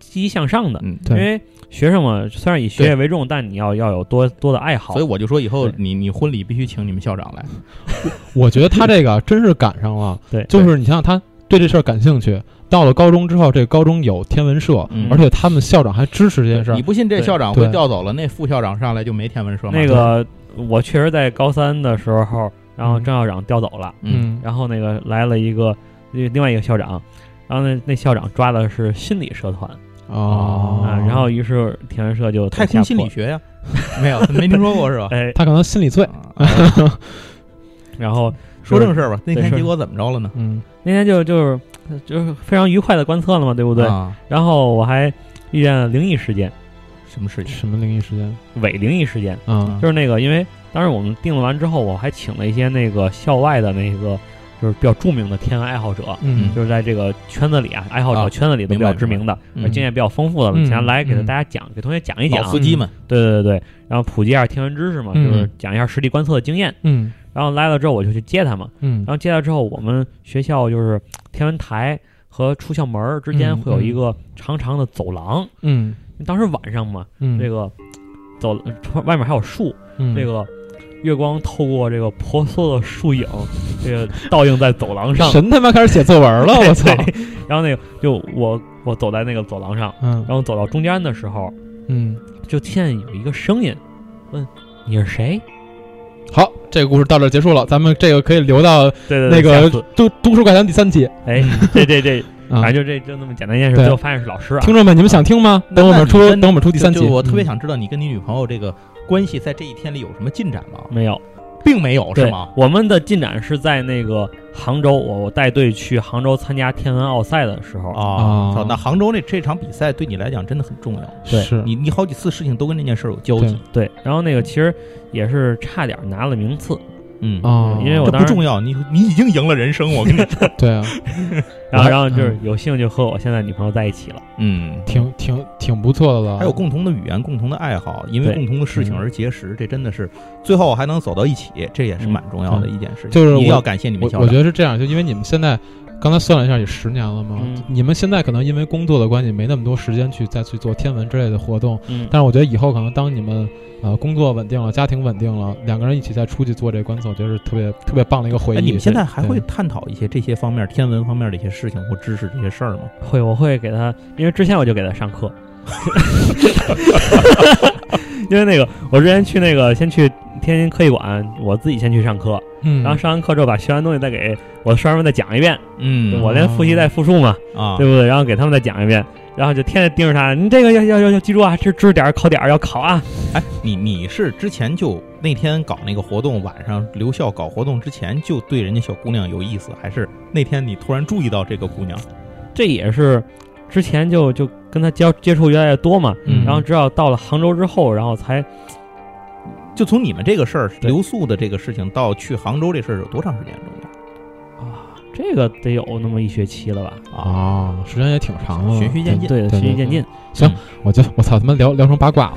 积极向上的，嗯，对因为学生嘛，虽然以学业为重，但你要要有多多的爱好。所以我就说以后对你你婚礼必须请你们校长来，我觉得他这个真是赶上了，对就是你想想他对这事儿感兴趣，到了高中之后，这高中有天文社，嗯啊而且他们校长还支持这件事儿你。不信这对校长会对调走了，那副校长上来就没天文社吗？那个我确实在高三的时候，然后郑校长调走了，嗯，然后那个来了一个另外一个校长，然后那那校长抓的是心理社团哦，啊，然后于是天文社就太空心理学，学呀，没有没听说 过是吧？哎，他可能心理罪，啊 然后说正事儿吧，那对天是结果怎么着了呢？嗯那天就就是就是非常愉快的观测了嘛，对不对？啊，然后我还遇见了灵异事件，什么事情？嗯什么灵异事件伪灵异事件，啊？就是那个，因为当时我们定了完之后，我还请了一些那个校外的那个，就是比较著名的天文爱好者，嗯就是在这个圈子里啊，爱好啊者圈子里都比明白较知名的，明白而经验比较丰富的，嗯请他来给嗯大家讲，给同学讲一讲老，司机们，对对对对，然后普及一下天文知识嘛，嗯就是讲一下实地观测的经验。嗯然后来了之后，我就去接他嘛，嗯然后接他之后，我们学校就是天文台和出校门儿之间嗯会有一个长长的走廊，嗯当时晚上嘛，嗯，这个走呃外面还有树。嗯这个月光透过这个婆娑的树影，这个倒映在走廊上。神他妈开始写作文了，我操！ 对然后那个就我我走在那个走廊上，嗯然后走到中间的时候，嗯，就听见有一个声音问：“你是谁好，这个故事到这儿结束了，咱们这个可以留到？”对对那对，个呃下次都都市怪谈第三期哎，这这这， 啊反正。就这就那么简单一件事，对最后发现是老师啊。听众们，你们想听吗？那等我那们你出，跟等我们出第三就集。就我特别嗯想知道你跟你女朋友这个关系在这一天里有什么进展吗？没哦有，并没有是对吗？，我们的进展是在那个杭州，我我带队去杭州参加天文奥赛的时候，啊操那杭州那这场比赛对你来讲真的很重要，对是你你好几次事情都跟这件事儿有交集嗯对，对，然后那个其实也是差点拿了名次，嗯，啊，因为我这当不时重要，你你已经赢了人生，我 跟你说，对啊，我然后，还嗯然后就是有幸就和我现在女朋友在一起了。嗯，挺挺挺不错的了。还有共同的语言、共同的爱好，因为对共同的事情嗯而结识，这真的是最后还能走到一起，这也是蛮重要的一件事情。嗯就是一定我要感谢你们我校我觉长。得是这样，就因为你们现在刚才算了一下，也十年了嘛。嗯你们现在可能因为工作的关系，没那么多时间去再去做天文之类的活动。嗯但是我觉得以后可能当你们呃工作稳定了，家庭稳定了，两个人一起再出去做这个观测，我觉得是特别特别棒的一个回忆。哎，你们现在还对会探讨一些这些方面、天文方面的一些事情或知识这些事儿吗？会，我会给她，因为之前我就给她上 课，因为那个我之前去那个先去天津科技馆，我自己先去上课，嗯，然后上完课之后把学完东西再给我师们再讲一遍，嗯我连复习带复述嘛，啊对，不对？然后给他们再讲一遍，然后就天天盯着她，你这个要要要要记住啊，这知识点儿考点儿要考啊，哎，你你是之前就那天搞那个活动，晚上留校搞活动之前就对人家小姑娘有意思，还是那天你突然注意到这个姑娘？这也是之前就就跟她交接触越来越多嘛，嗯然后直到到了杭州之后，然后才就从你们这个事儿对留宿的这个事情到去杭州这事儿有多长时间重 啊，这个得有那么一学期了吧？要啊？啊，时间也挺长了，循序渐进对，对循对序渐进。我就我操他妈聊聊成八卦了，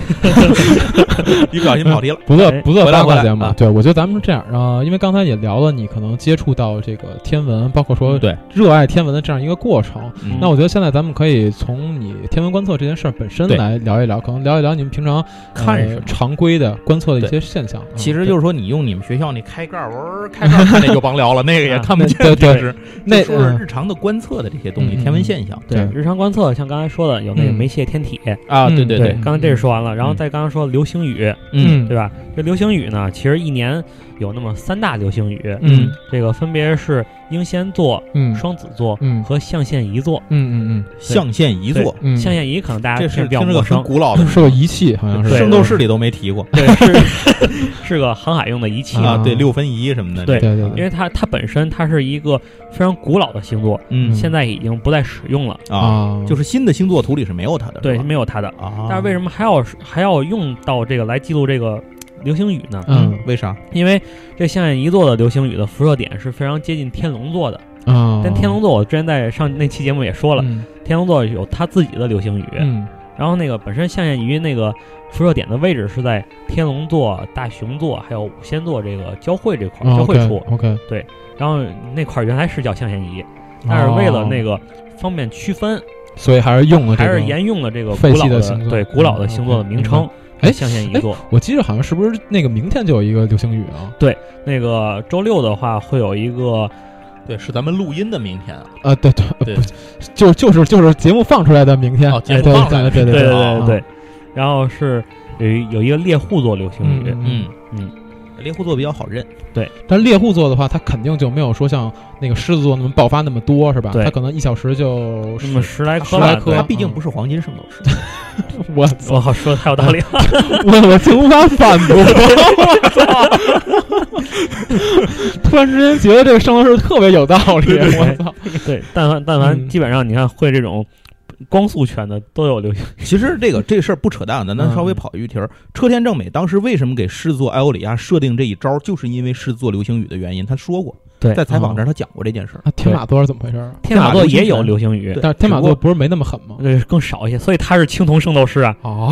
一不小心跑题了。不做哎不做回来八回卦来节目啊。对，我觉得咱们是这样啊，呃因为刚才也聊了，你可能接触到这个天文，包括说 对，热爱天文的这样一个过程。嗯那我觉得现在咱们可以从你天文观测这件事儿本身对来聊一聊，可能聊一聊你们平常看呃什么常规的观测的一对些现象。其嗯实就是说，你用你们学校那开盖儿，嗡开盖儿看那就甭聊了，那个 也看不见。对对其实那就说是嗯日常的观测的这些东西，嗯嗯天文现象对日常观测，像刚才说的，有那个嗯梅谢天体，啊嗯对对对嗯，刚才这是说完了，然后嗯再刚刚说流星雨，嗯，对吧？这流星雨呢，其实一年有那么三大流星雨，嗯这个分别是英仙座、嗯双子座嗯和象限仪座。嗯嗯象限一座，嗯，象限仪可能大家这听是比较听这个陌很生，古老的嗯，是个仪器，好像是对圣斗士里都没提过对，是是 个航海用的仪器，啊啊。对，六分仪什么的，对对对因对为它它本身它是一个非常古老的星座，嗯现在已经不再使用了，啊，就是是新的星座图里是没有它的，对，嗯是吧没有它的。哦啊。但是为什么还要还要用到这个来记录这个流星雨呢，嗯为啥？因为这象限仪座的流星雨的辐射点是非常接近天龙座的。啊，但嗯天龙座我之前在上那期节目也说过了，嗯天龙座有它自己的流星雨，嗯然后那个本身象限仪那个辐射点的位置是在天龙座、大熊座还有五仙座这个交汇这块儿交汇处，哦，OK，然后那块儿原来是叫象限仪，但是为了那个，个方便区分，所以还是用了哦这还个是沿用了这个古废老弃的的星座对古老的星座的嗯名称，哎象限仪座。我记得好像是不是那个明天就有一个流星雨啊？那个周六的话会有一个对，是咱们录音的明天啊。啊，对对，对不是，就就是就是节目放出来的明天，哦节目哎对放出来的对对对对对啊对，然后是有一有一个猎户座流星嗯雨，嗯，嗯，猎户座比较好认。但猎户座的话，它肯定就没有说像那个狮子座那么爆发那么多，是吧？对它可能一小时就那么十来颗十来吧，颗 对它毕竟不是黄金圣斗士，我我靠，说的太有道理了，我我竟无法反驳。 突然之间觉得这个圣斗士特别有道理，我操！对，但凡但凡嗯基本上你看会这种光速圈的都有流星，其实这个这事儿不扯淡，咱咱嗯稍微跑一题儿。车田正美当时为什么给狮子座艾欧里亚设定这一招，就是因为狮子座流星雨的原因。他说过，对在采嗯访这儿他讲过这件事儿。啊，天马座是怎么回事儿？天马座也有天马流流星雨对，但是天马座只不不是没那么狠吗？对，更少一些，所以他是青铜圣斗士啊，哦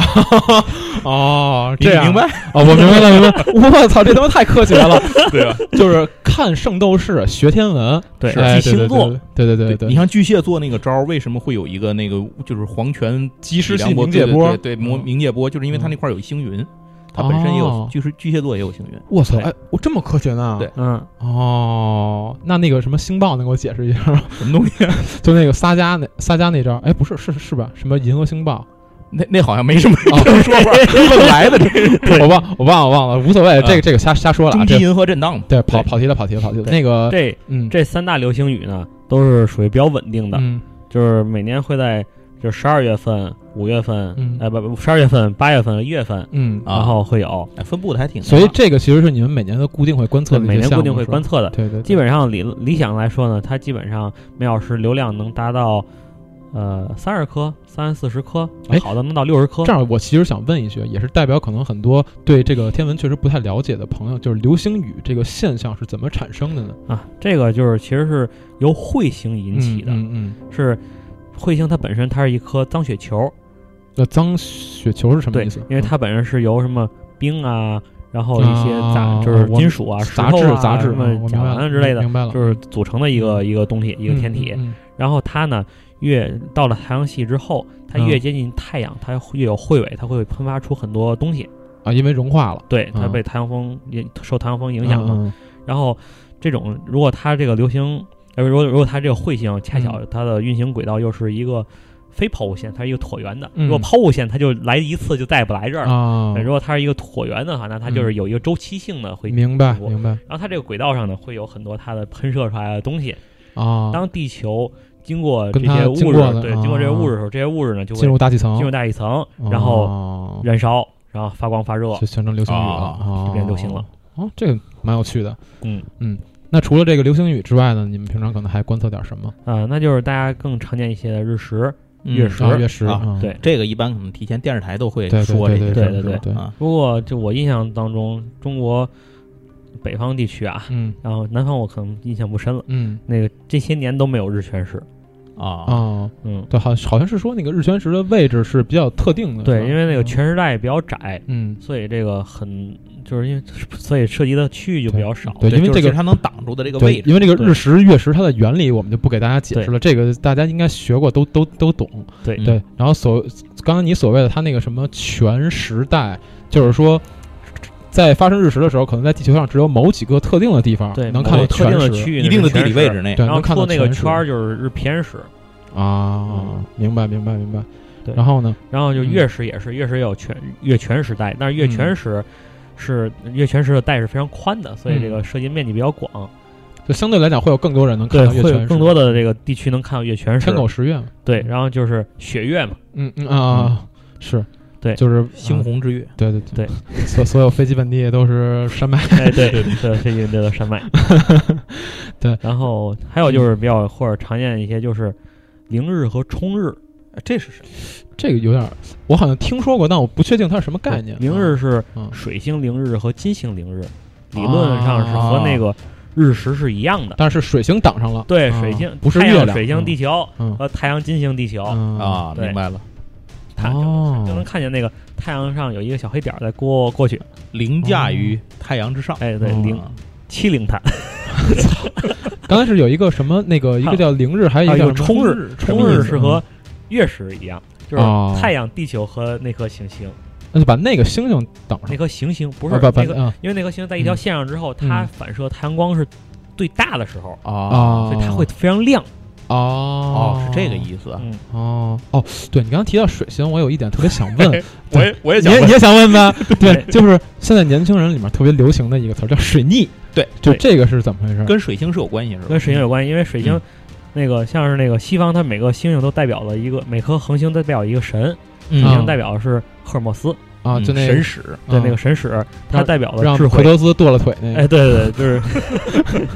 哦，这你样 明白？哦，我明白了，明白了。我操，这他妈太科学了！对 啊， 就是看圣斗士学天文，对，哎记星座，，对对对对对你对，像巨蟹座那个招儿，为什么会有一个那个就是黄泉及时质性量波凝结对波，对对，魔嗯冥界波，就是因为它那块儿有一星云，它本身也有哦，就是巨蟹座也有星云。我操，对哎，我这么科学呢？对嗯，哦，那那个什么星爆能给我解释一下吗？ 什么东西？啊就那个撒加那撒加那招，哎，不是是是吧？什么银河星爆？ 那那好像没什么哦这种说 法，乱来的这是。我忘我忘了忘了，无所谓，啊这个这个瞎瞎说了啊，中这极银河震荡嘛，对跑对跑题了跑题了跑题了。对那个这嗯这三大流星雨呢都是属于比较稳定的，嗯就是每年会在就十二月份、五月份，嗯哎不，十二月份、八月份、一月份，嗯，啊然后会有，哎分布的还挺。所以这个其实是你们每年的固定会观测对的一每些年项固目定会观测，测的。对对，对基本上理理想来说呢，它基本上每小时流量能达到，呃，三十颗、三四十颗哎，好的能到六十颗这。样，我其实想问一句，也是代表可能很多对这个天文确实不太了解的朋友，就是流星雨这个现象是怎么产生的呢？啊，这个就是其实是由彗星引起的，嗯嗯嗯。是彗星它本身它是一颗脏雪球，那脏雪球是什么对意思？，嗯因为它本身是由什么冰啊，然后一些杂、啊就是我金属啊、石杂头质、啊、杂质什啊我么明甲白了烷之类的，明白了，就是组成的一个一个东西，一个天体。嗯。嗯然后它呢，越到了太阳系之后，它嗯越接近太阳，它越有彗尾，它会喷发出很多东西。嗯啊，因为融化了，对，它嗯被太阳风也受太阳风影响嘛。嗯。嗯然后这种如果它这个流星，呃，如果如果它这个彗星恰巧嗯它的运行轨道又是一个非抛物线，它是一个椭圆的。嗯如果抛物线，它就来一次就再也不来这儿了。啊对，如果它是一个椭圆的话，那它就是嗯有一个周期性的会。明白我明白然后它这个轨道上呢，会有很多它的喷射出来的东西。啊，当地球经过这跟它些经物质过的，对，经过这些物质啊的时候，这些物质呢就会进入大气层，进入大气层，哦然后燃烧，然后发光发热就。形成流星雨了啊，哦就变流星了。哦，这个蛮有趣的。嗯那除了这个流星雨之外呢，你们平常可能还观测点什么？啊，那就是大家更常见一些的日食。嗯月食啊月食啊，嗯对这个一般可能提前电视台都会对对说这对对些事儿对对对啊，不过，就我印象当中，中国北方地区啊，嗯然后南方我可能印象不深了。嗯那个这些年都没有日全食。啊哦，嗯，对，好好像是说那个日全食的位置是比较特定的，是对，吧因为那个全时带比较窄，嗯所以这个很就是因为所以涉及的区域就比较少。对因为就这是个它能挡住的这个对位，置。因为这个日食月食它的原理我们就不给大家解释了，这个大家应该学过都都都懂。对嗯对，然后所刚刚你所谓的它那个什么全时代，就是说。在发生日食的时候，可能在地球上只有某几个特定的地方对，能某看到个特定的全食区域，一定的地理位置内，对，然能后看到出那个全食圈儿就是日偏食，啊，明白明白明白。对然后呢？然后就月食也是，月食也有全月全食带，但是月嗯全食是月全食的带是非常宽的，所以这嗯个涉及面积比较广，就相对来讲会有更多人能看对，到月会全有食嗯更多的这个地区能看到月全食天。狗食月嘛。对，然后就是雪 月嘛，嗯嗯啊，是，对就是猩嗯红之月，对对对， 所所有飞机本地都是山脉。哎，对对 对，这个这个山脉对，嗯然后还有就是比较或者常见一些就是凌日和冲日，哎这是什么？这个有点儿，我好像听说过，但我不确定它是什么概念。凌日是嗯，嗯水星凌日和金星凌日，理啊论上是和那个日食是一样的。但是水星挡上了，对，啊水星不是太阳月亮水星地球嗯和太阳金星地球，嗯啊，对明白了，看就哦就能看见那个太阳上有一个小黑点儿在过过去，凌驾于太阳之上。哎，对，哦零啊欺凌它，刚开始有一个什么那个一个叫凌日，还有一还个啊有叫什么冲日日，什么冲意思日嗯是和月食一样，就是哦太阳、地球和那颗行星，那就把那个星星挡上那，颗行星不是啊把把那个，啊因为那颗行星在一条线上之后，它嗯反射太阳光是最大的时候，啊所以它会非常亮。哦哦哦，是这个意思啊。嗯，哦哦，对你刚刚提到水星，我有一点特别想 问，我也我也你想也问你，也想问 吧？对对，就是现在年轻人里面特别流行的一个词儿叫水逆，对，就对这个是怎么回事？跟水星是有关系是吧跟？水星有关系，因为水星。嗯那个像是那个西方，它每个星星都代表了一个，每颗恒星都代表一个神，水嗯星代表的是赫尔墨斯，啊，嗯就那神使对嗯啊那个神使，它代表了让智奎慧。 托斯剁了腿那个，哎，对对对，就是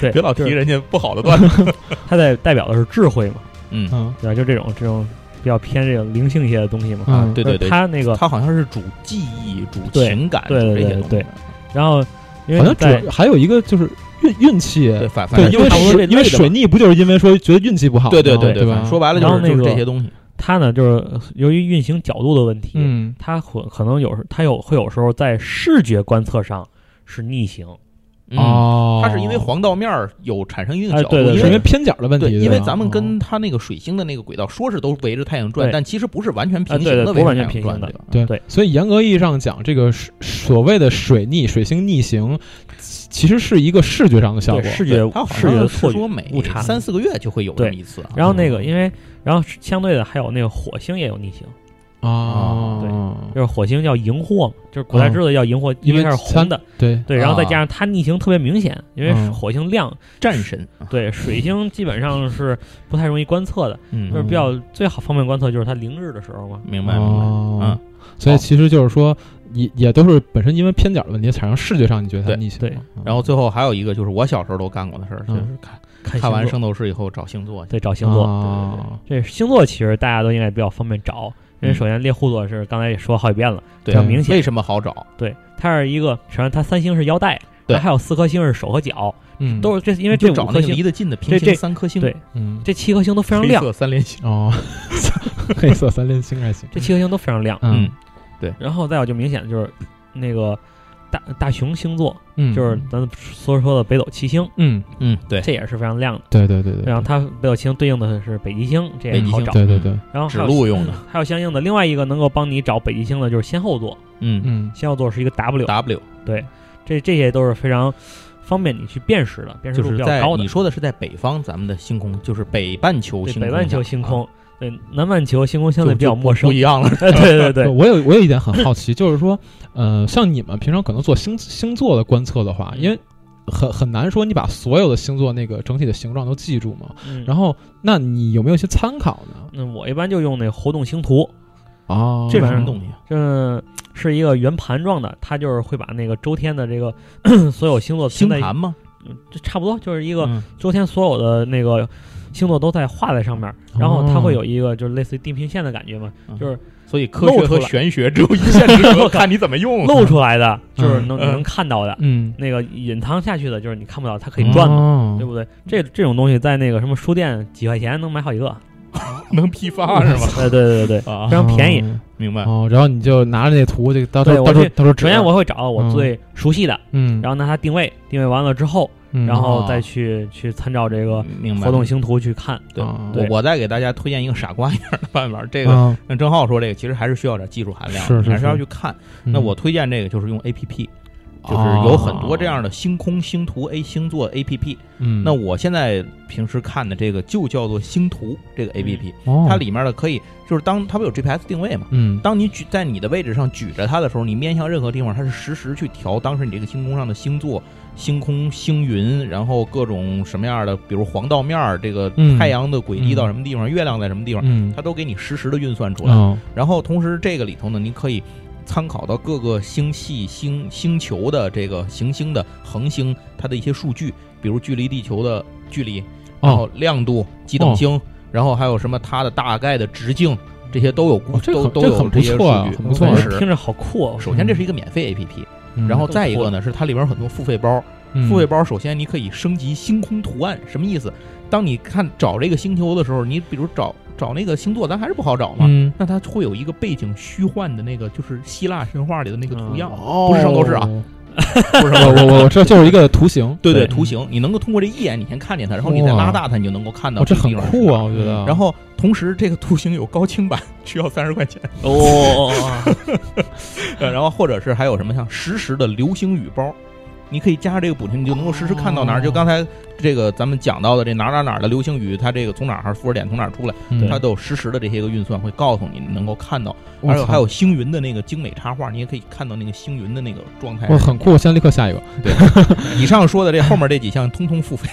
对，别老提就是人家不好的段子。它代代表的是智慧嘛，嗯嗯对吧？就这种这种比较偏这个灵性一些的东西嘛。嗯，对对对，它那个，他好像是主记忆、主对情感对主这对些对东西。对然后因为好你像主在要还有一个就是运运气，对，反反对，正因就为差不多水这因为类的水吧逆不就是因为说觉得运气不好吗，对对对对吧反正？说白了就然是后那就是个这些东西。它呢，就是由于运行角度的问题，嗯，它可可能有时它有会有时候在视觉观测上是逆行，嗯，哦，它是因为黄道面儿有产生一定哎角度，对对是因因为为。偏角的问对，题，因为吧咱们跟哦它那个水星的那个轨道说是都围着太阳转，对但其实不是完全平啊行对哦对的，不围着完太全阳平转行的对吧？对对所以严格意义上讲，这个水所谓的水逆、水星逆行，其其实是一个视觉上的效果对，视对觉它好视觉像的是错说觉。每误差三四个月就会有这对么一次啊。然后那嗯个，因为然后相对的还有那个火星也有逆行，哦，就是火星叫荧惑嘛，就是古代嗯知道叫荧惑，因为它是它红的，对对，然后再啊加上它逆行特别明显，因为嗯火星亮，战神，啊对水星基本上是不太容易观测的，嗯就是比较最好方便观测就是它凌日的时候嘛。明白明白，哦嗯，所以其实就是说，也也都是本身因为偏角的问题，产生视觉上你觉得它对逆行对了，嗯然后最后还有一个就是我小时候都干过的事儿，就嗯是啊看看看完星座圣斗士以后找星座去。对找星座，哦这星座其实大家都应该比较方便找，因嗯为首先猎户座是刚才也说好几遍了，对，较明显为什么好找？对，它是一个，首先它三星是腰带，对它还有四颗星是手和脚，嗯都是这因为就这五找颗那个星，离得近的平这这行三颗星，对嗯这七颗星都非常黑亮，色三连星。哦， 黑色三连星还行，这七颗星都非常亮。嗯然后再有就明显的就是那个大大熊星座，嗯，就是咱所说的北斗七星，嗯，嗯，对，这也是非常亮的。对对对对，嗯然后它北斗七星对应的是北极星，这北也极好星找。嗯对对对，然后指还有路用的，还有相应的另外一个能够帮你找北极星的就是先后座，嗯嗯先后座是一个 W， ，W 这这些都是非常方便你去辨识的，辨识就度比是较在高的。你说的是在北方，咱们的星空就是北半球对星空下，北半球星啊空，对南半球星空相对就比较就陌不生不。一样了。哎， 对 对对，我有我有一点很好奇，就是说，呃，像你们平常可能做星星座的观测的话，嗯因为很很难说你把所有的星座那个整体的形状都记住嘛。嗯然后，那你有没有一些参考呢？那我一般就用那活动星图，哦这是玩什意儿么东西啊？这是一个圆盘状的，它就是会把那个周天的这个 所有星座星拼在一盘吗？嗯这差不多就是一这个周天所有的那个星座都在画在上面，然后它会有一个就是类似于地平线的感觉嘛，就是所以科学露出和来玄学只有一线之隔，看你怎么用。露出来的就是嗯能、嗯能看到的，嗯，哦那个隐藏下去的就是你看不到，它可以转嘛，对嘛，不对？这这种东西在那个什么书店几块钱能买好几个， 能批发是 吗？对对对对。啊非，常便宜宜。明白。哦，然后你就拿着那图，就到对到我到处去到处指。首先我会找我嗯最熟悉的，嗯，然后拿它定位，定位完了之后，嗯然后哦再去去参照这个嗯明白。活动星图去看。对啊我对嗯我再给大家推荐一个傻瓜一点的办法，这个啊像郑浩说这个其实还是需要点技术含量的，是是还是要是去看。嗯那我推荐这个就是用 A P P，就是哦有很多这样的星空星图 A 星座 A P P。嗯，那我现在平时看的这个就叫做星图这个 A P P，哦它里面的可以就是当它不有 G P S 定位嘛？嗯当你举在你的位置上举着它的时候，你面向任何地方，它是实时去调当时你这个星空上的星座、星空、星云，然后各种什么样的，比如黄道面儿，这个嗯太阳的轨迹到什么地方，月亮在什么地方，嗯，它都给你实时的运算出来。哦然后同时这个里头呢，你可以参考到各个星系、星星球的这个行星的恒星它的一些数据，比如距离地球的距离，然后哦亮度、几等星，然后还有什么它的大概的直径，这些都有估、哦这都很都这有很不这些数错啊据很不错啊但嗯是听着好酷哦！首先，这是一个免费 APP，、然后再一个呢，是它里边有很多付费包。嗯付费包首先你可以升级星空图案，什么意思？当你看找这个星球的时候，你比如找找那个星座，咱还是不好找嘛。嗯，那它会有一个背景虚幻的那个，就是希腊神话里的那个图样，哦不是圣斗士啊， 不我是圣斗士我我这就是一个图形，对对，嗯图形，你能够通过这一眼你先看见它，然后你再哇拉大它，你就能够看到哦，这嗯个很地方是酷哪啊，儿！我觉得。然后同时这个图形有高清版，需要三十块钱，哦哦，哦哦呃然后或者是还有什么像实时的流星雨包。你可以加上这个补丁，你就能够实时看到哪儿。哦就刚才这个咱们讲到的这哪儿哪儿哪儿的流星雨，它这个从哪儿附着点从哪儿出来，嗯它都有实时的这些个运算，会告诉你你能够看到。我还有操还有星云的那个精美插画，你也可以看到那个星云的那个状态。哇，很酷！我先立刻下一个。以上说的这后面这几项通通付费。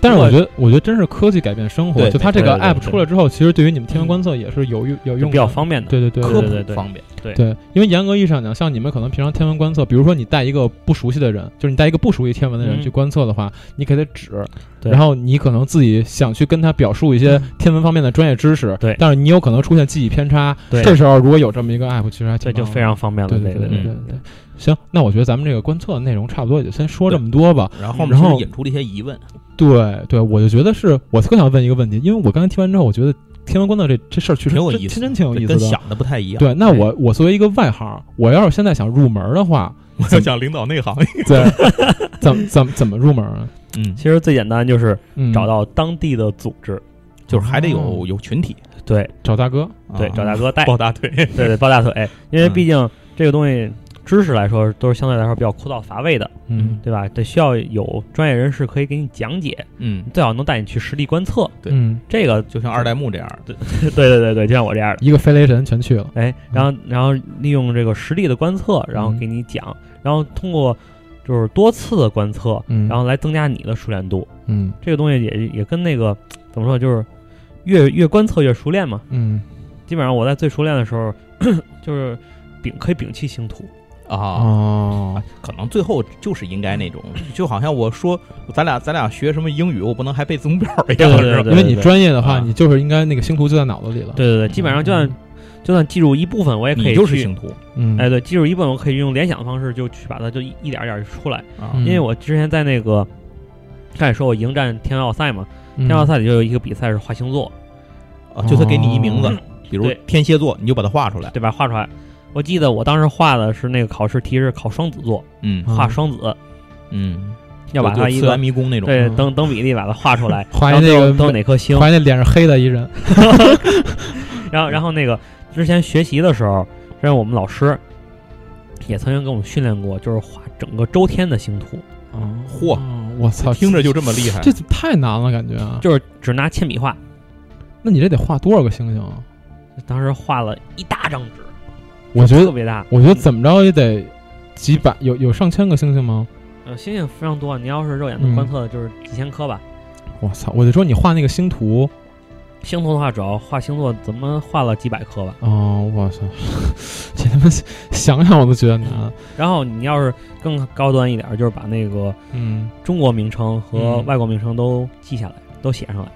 但是我我觉得，我觉得真是科技改变生活。对嗯就它这个对对 app 对出来之后，其实对于你们天文观测也是有用有 就用的，比较方便的。对对对对科对对普对方便。对，因为严格意义上讲，像你们可能平常天文观测，比如说你带一个不熟悉的人，就是你带一个不熟悉天文的人嗯去观测的话，你给他指，对然后你可能自己想去跟他表述一些天文方面的专业知识，对但是你有可能出现记忆偏差，对这时候如果有这么一个哎 app，其实还挺这就棒的非常方便了。对对对对对对对对。行，那我觉得咱们这个观测的内容差不多，也就先说这么多吧。然后后面然后其实引出了一些疑问，对对，我就觉得是我特想问一个问题，因为我刚才听完之后，我觉得天文观测这这事儿确实挺有真意思，真挺有意思的。跟想的不太一样。对，哎那我我作为一个外行，我要是现在想入门的话，我要 想领导内行。 对，怎么怎么怎么入门啊？嗯，其实最简单就是嗯，找到当地的组织，就是还得有有群体，对找大哥，对，嗯啊找大哥带，抱大腿。 对对，抱大腿，因为嗯毕竟这个东西知识来说都是相对来说比较枯燥乏味的，嗯对吧？得需要有专业人士可以给你讲解，嗯，最好能带你去实地观测。对嗯，这个就就像二代，嗯目这样的。 对对对对，就像我这样的。一个飞雷神全去了，哎，然后然后利用这个实地的观测，然后嗯给你讲，然后通过就是多次的观测，嗯然后来增加你的熟练度。嗯这个东西也也跟那个怎么说，就是越越观测越熟练嘛。嗯，基本上我在最熟练的时候， 就是摒可以摒弃星图。啊，哦，可能最后就是应该那种，就好像我说咱俩咱俩学什么英语，我不能还背字母表一样，对是吧？因为你对专业的话，啊你就是应该那个星图就在脑子里了，对对对，基本上就算就算记住一部分，我也可以你去就是星图嗯，哎，对，记住一部分，我可以用联想的方式就去把它就一一点儿一点儿出来。啊，嗯因为我之前在那个刚才说我迎战天文奥赛嘛，嗯，天文奥赛里就有一个比赛是画星座，啊就他给你一名字哦，比如对天蝎座，你就把它画出来。对吧？画出来。我记得我当时画的是那个考试题是考双子座，嗯啊画双子，嗯，哦要把就它一次元个迷宫那种。对嗯，等等比例把它画出来画一然后那个都都哪颗星，发现脸是黑的一人，然后然后那个之前学习的时候，之前我们老师也曾经给我们训练过，就是画整个周天的星图，嚯哦我操，啊听着就这么厉害，这太难了，感觉啊，就是只拿铅笔画，那你这得画多少个星星啊？当时画了一大张纸，我觉特得，别大。我觉得怎么着也得几百，有有上千个星星吗？呃，星星非常多，你要是肉眼能嗯观测的，就是几千颗吧。我操，我就说你画那个星图，星图的话，主要画星座，怎么画了几百颗吧。哦，我操， 这他妈想想我都觉得难。然后你要是更高端一点，就是把那个嗯，中国名称和嗯外国名称都记下来，都写上来。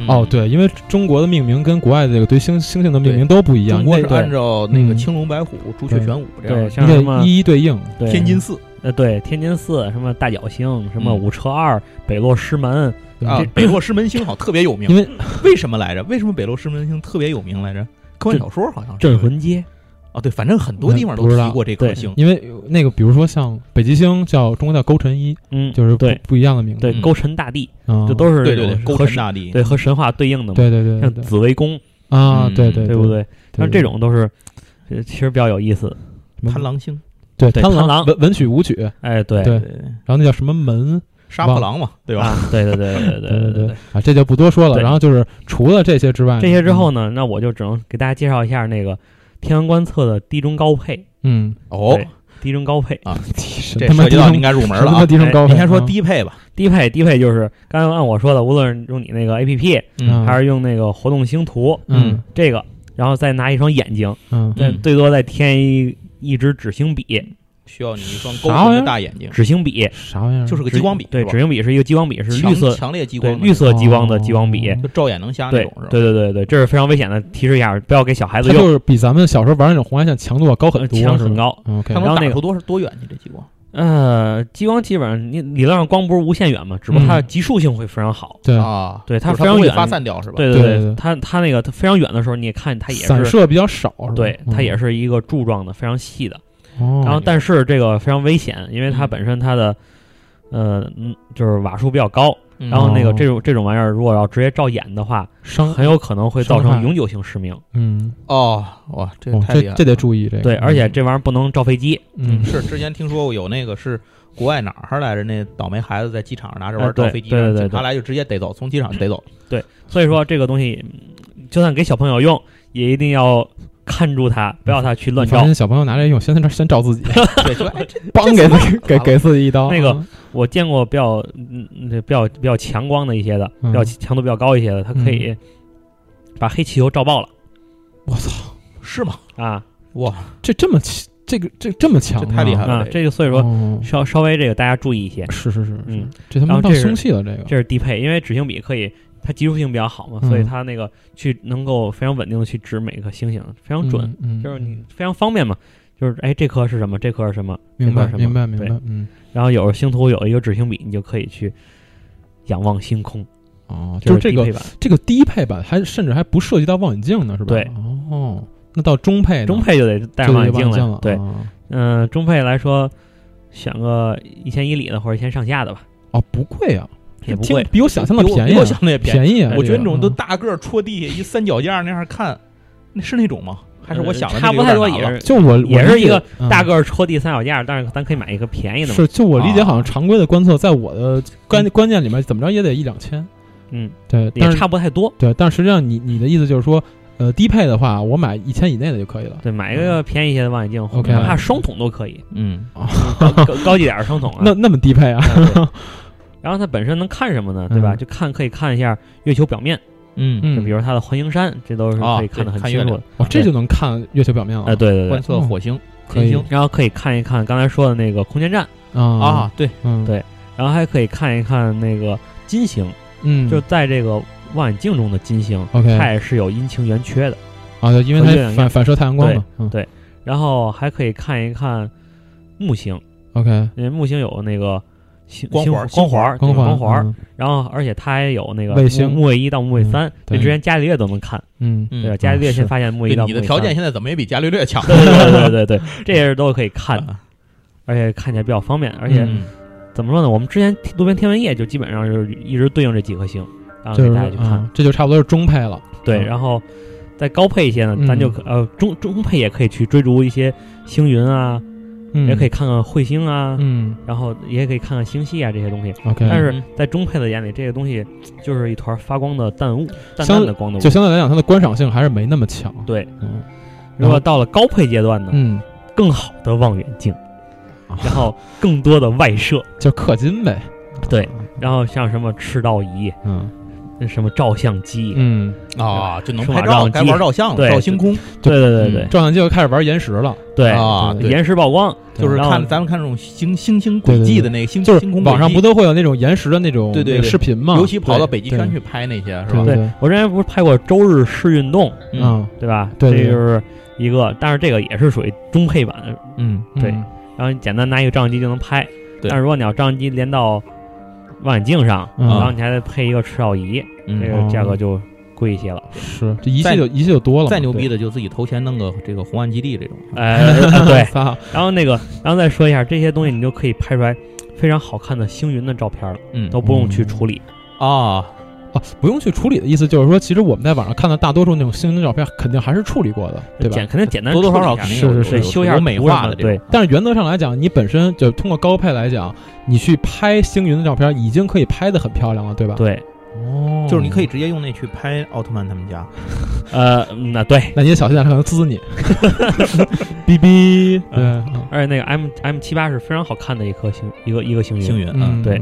嗯哦，，对，因为中国的命名跟国外的这个对星星星的命名都不一样，中国是那按对照那个嗯青龙白虎、朱雀玄武这对，样，像什你得么一一对应。对天津寺呃对天津寺，什么大角星，什么嗯五车二、北落师门，对啊这，北落师门星好像特别有名，因为为什么来着？为什么北落师门星特别有名来着？科幻小说好像是镇魂街，哦，对，反正很嗯多地方都不知道提过这颗星。因为那个，比如说像北极星叫中国叫勾陈一，嗯，就是不对不一样的名字，对嗯勾陈大帝，啊这都是对对对，这种勾和陈神大帝，对和神话对应的嘛。对对对对像对紫薇宫，啊，对对嗯对不对？对？像这种都是，呃其实比较有意思。贪贪狼星，对对贪狼狼文文曲舞曲，哎，对对对，然后那叫什么门？杀破狼嘛，对吧？啊，对对对对对对对对。啊，这就不多说了。对然后就是除了这些之外，这些之后呢，那我就只能给大家介绍一下那个天文观测的低中高配，嗯， 哦对，低中高配。啊，这这涉及到应该入门了什么 啊。低声哎高配，你先说啊低配吧，低配低配就是刚才按我说的，无论是用你那个 A P P，嗯还是用那个活动星图，嗯这个，然后再拿一双眼睛，嗯再嗯最多再添一一支指星笔，需要你一双啥勾玩意儿魂的大眼睛，纸型笔，啥玩意儿？啊就是个纸激光笔，嗯对，是吧纸型笔是一个激光笔，是强绿色，强烈激对，光的绿色激光的激光笔哦，就照眼能瞎那对种，是吧？对对对对，这是非常危险的，提示一下，不要给小孩它子用，呃就是比咱们小时候玩那种红外线强度要高很多，强是吧很。高。嗯 OK，它然能后打那个出多多远去？这激光呃，激光基本上你理论上光不是无限远嘛，只不过它的集束性会非常好。对，啊，对它就是它非常不会远发散掉是吧？对对对对对，它它那个它非常远的时候，你也看它也散是，射嗯比较少，是吧？对，它也是。是一个柱状的，非常细的。哦，然后嗯但是这个非常危险，因为它嗯本身它的呃嗯就是瓦数比较高，嗯然后那哦个这种这种玩意儿如果要直接照眼的话，伤，很有可能会造伤害成永久性失明。嗯，哦，哇，这哦，太厉害这了，这得注意这个。对，而且这玩意儿不能照飞机。嗯，是之前听说过有那个是国外哪儿来着？那倒霉孩子在机场上拿着玩哎儿对照飞机，对对对警察对来就直接逮走，从机场逮 走。所以说这个东西，嗯就算给小朋友用，也一定要看住它，不要它去乱你放照。心，小朋友拿这用，先先先照自己，对，说哎，这梆给自 己给给自己一刀。 那个嗯我见过比较嗯嗯比较比较强光的一些的，嗯比较强度比较高一些的，它可以把黑气球照爆了我操，是吗？啊哇，这这么起这个这这么强这啊，太厉害了！啊！这个所以哦说稍稍微这个大家注意一些，是是是是嗯，这他然妈后当这是凶器了，这个这是低配，因为纸性笔可以它集束性比较好嘛，嗯所以它那个去能够非常稳定的去指每个星星，非常准，，嗯，嗯就是你非常方便嘛。就是哎，这颗是什么？这颗是什么？明白这块儿什么明白明白对，嗯，然后有星图有一个纸性笔，你就可以去仰望星空，哦，这就是这低个配版。这个低配版还甚至还不涉及到望远镜呢，是吧？对哦，那到中配呢中配就得戴就上得望远镜望了了，，对，哦嗯、中配来说，选个一千以里的或者一千上下的吧，哦，不贵啊，也不听贵。哎比我想象的比我便宜比啊我，想的也宜。便宜啊。我觉得那这个种都嗯大个儿戳地下一三脚架那样看，那是那种吗？还是我想的呃嗯差那个不有点太多，难了也是就我也是一个大个。个儿戳地三脚架，但是咱可以买一个便宜的嘛。嗯是，就我理解，啊好像常规的观测，在我的观观念里面，怎么着也得一两千。嗯，对，也但是差不太多。对，但实际上你你的意思就是说，呃，低配的话，我买一千以内的就可以了。对，买一个便宜一些的望远镜， OK 哪怕双筒都可以，嗯，高高高级点儿双筒啊。那那么低配啊？然后它本身能看什么呢？对吧？嗯就看可以看一下月球表面，嗯，就嗯比如它的环形山，这都是啊可以看得对很看清月楚亮哦的。哦，这就能看月球表面了。哎，对对观对。测火星、可以金星然后可以看一看刚才说的那个空间站，啊啊，对，嗯呃对然后还可以看一看那个金星，嗯，就在这个望远镜中的金星， OK 它也是有阴晴圆缺的。啊，就因为和月亮它一反样反射太阳光嘛。嗯对然后还可以看一看木星， ，OK，因为木星有那个星光星环光环光环环光环，嗯然后而且它还有那个卫星木木卫一到木卫三，这对之前伽利略都能看，嗯，嗯对吧？伽利略先是发现木卫一对到木你卫的三，条件现在怎么也比伽利略强。对对对对对对，这些都可以看的，而且看起来比较方便，而且嗯怎么说呢？我们之前路边天文夜就基本上就是一直对应这几颗星，然后就给是大家去看啊，。这就差不多是中配了。对，嗯然后再高配一些呢，咱就可呃中中配也可以去追逐一些星云啊，嗯，也可以，看看彗星啊，嗯然后也可以看看星系啊这些东西。 ，OK，但是嗯在中配的眼里，这个东西就是一团发光的淡雾，淡相淡的光的雾就。相对来讲，它的观赏性还是没那么强。对嗯，如果到了高配阶段呢，嗯，更好的望远镜啊，然后更多的外设，就氪金呗。对，然后像什么赤道仪、嗯那什么照相机，嗯，啊，就能是拍吧照，让该机玩照相了，对照星空，对对对对嗯照相机又开始玩延时了，对啊对延时曝光，嗯就是然后看咱们看这种星星星轨迹的那个星就星是空轨迹，网上不都会有那种延时的那种对对那个对视频吗？尤其跑到对北极圈去，拍那些是对对吧？对对，我之前不是拍过周日试运动，对嗯对吧？对对这就是一个，但是这个也是属于中配版，嗯，对嗯然后你简单拿一个照相机就能拍。对但是如果你要照相机连到望远镜上，嗯然后你还得配一个赤道仪，嗯这哦个价格就贵一些了。嗯是这仪器再就仪器就多了嘛，再牛逼的，的就自己投钱弄个这个红岸基地这种，呃，对。操然后那个，然后再说一下这些东西，你就可以拍出来非常好看的星云的照片了，嗯都不用去处理。啊，啊！不用去处理的意思就是说，其实我们在网上看到大多数那种星云照片，肯定还是处理过的，对吧简？肯定简单多多少处理少一下肯是是定有有是对，有修一有下美图什么化的这对种，但是原则上来讲，你本身就通过高配来讲，你去拍星云的照片，已经可以拍得很漂亮了，对吧？，对，哦，嗯就是你可以，直接用那去拍奥特曼他们家，呃，那对，那你也小心点，可能滋你，哔哔，对，嗯嗯而且那个 M M 七八是非常好看的一颗星，一个一个星云，星云，嗯，对，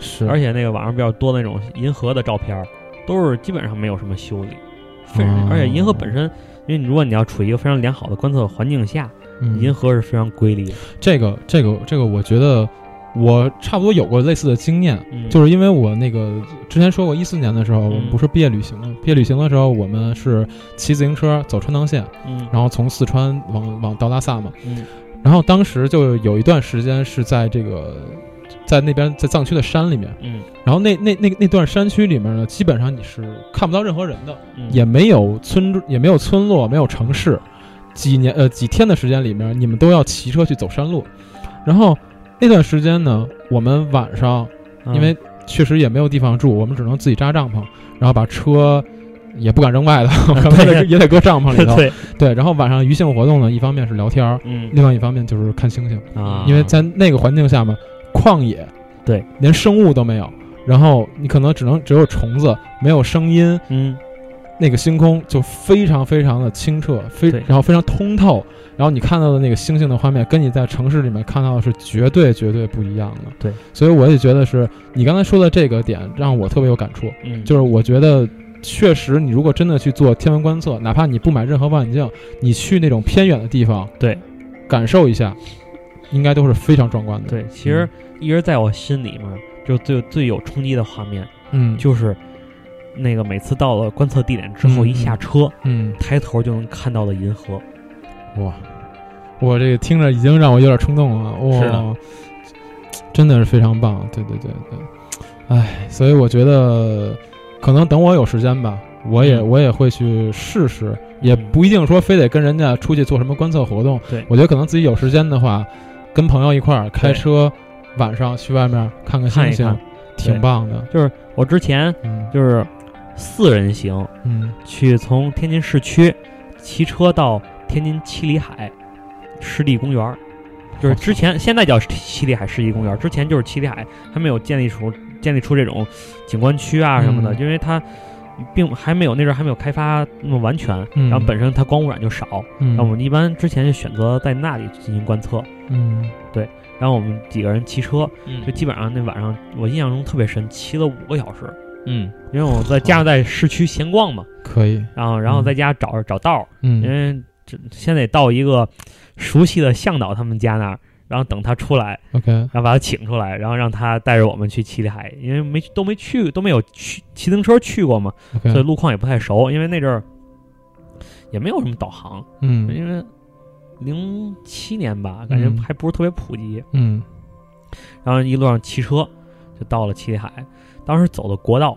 是，而且那个网上比较多的那种银河的照片儿，都是基本上没有什么修理，非哦而且银河本身，因为你如果你要处于一个非常良好的观测环境下，嗯银河是非常规律的。这个这个这个，我觉得我差不多有过类似的经验，嗯，就是因为我那个之前说过，一四年的时候，我们嗯不是毕业旅行吗？毕业旅行的时候，我们是骑自行车走川藏线，嗯，然后从四川往往到拉萨嘛。嗯然后当时就有一段时间是在这个在那边在藏区的山里面，嗯然后那那那那段山区里面呢，基本上你是看不到任何人的，嗯，也没有村也没有村落，没有城市。几年呃几天的时间里面，你们都要骑车去走山路，然后那段时间呢，我们晚上嗯因为确实也没有地方住，我们只能自己扎帐篷，然后把车也不敢扔外头， 可能也得也得搁帐 篷里头。啊嗯 对，对，然后晚上余兴活动呢，一方面是聊天儿，嗯另外一方面就是看星星，啊，因为在那个环境下嘛，旷野，对，连生物都没有，然后你可能只能只有虫子，没有声音，嗯那个星空就非常非常的清澈，非对然后非常通透，然后你看到的那个星星的画面，跟你在城市里面看到的是绝对绝对不一样的。对，所以我也觉得是你刚才说的这个点让我特别有感触，嗯，就是我觉得确实你如果真的去做天文观测，哪怕你不买任何望远镜，你去那种偏远的地方，对，感受一下，应该都是非常壮观的。，对，其实一直在我心里面，就最最有冲击的画面，嗯，就是那个每次到了观测地点之后，嗯一下车嗯，抬头就能看到的银河，哇，我这个听着已经让我有点冲动了，哇，是的真的是非常棒，对对对对，哎，所以我觉得可能等我有时间吧，我也、嗯我也会去试试，也嗯不一定说非得跟人家出去做什么观测活动，对我觉得可能自己有时间的话，跟朋友一块儿开对车，晚上去外面看看看星一星，看。挺对棒的，就是我之前嗯就是四人行嗯，去从天津市区骑车到天津七里海湿地公园儿。就是之前现在叫七里海湿地公园儿，之前就是七里海还没有建立出建立出这种景观区啊什么的，嗯因为它并还没有那阵儿还没有开发那么完全，嗯然后本身它光污染就少，嗯，然后我们一般之前就选择在那里进行观测，嗯然后我们几个人骑车，就嗯基本上那晚上我印象中特别深，骑了五个小时，嗯，因为我在加上在市区闲逛嘛，可以，然后然后在家找找道儿，嗯因为这先得到一个熟悉的向导他们家那儿，然后等他出来， ，OK，然后把他请出来，然后让他带着我们去七里海，因为没都没去都没有去骑自行车去过嘛，所以 OK，路况也不太熟，因为那阵儿也没有什么导航，嗯因为零七年吧，感觉嗯还不是特别普及，嗯然后一路上骑车就到了七里海，当时走的国道。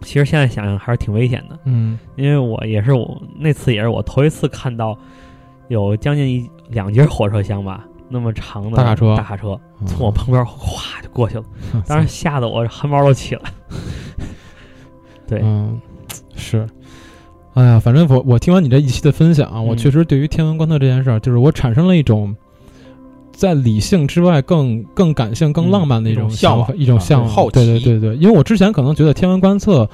其实现在想想还是挺危险的，嗯因为我也是我那次也是我头一次看到有将近一两节火车厢吧，那么长的大卡车大卡车嗯，从我旁边哗就过去了，哦当时吓得我汗毛都起了。对嗯，是。哎呀，反正我我听完你这一期的分享啊，我嗯确实对于天文观测这件事儿，就是我产生了一种在理性之外更更感性、更嗯浪漫的一种种想向法往一种啊向往。好对对奇对对，因为我之前可能觉得天文观测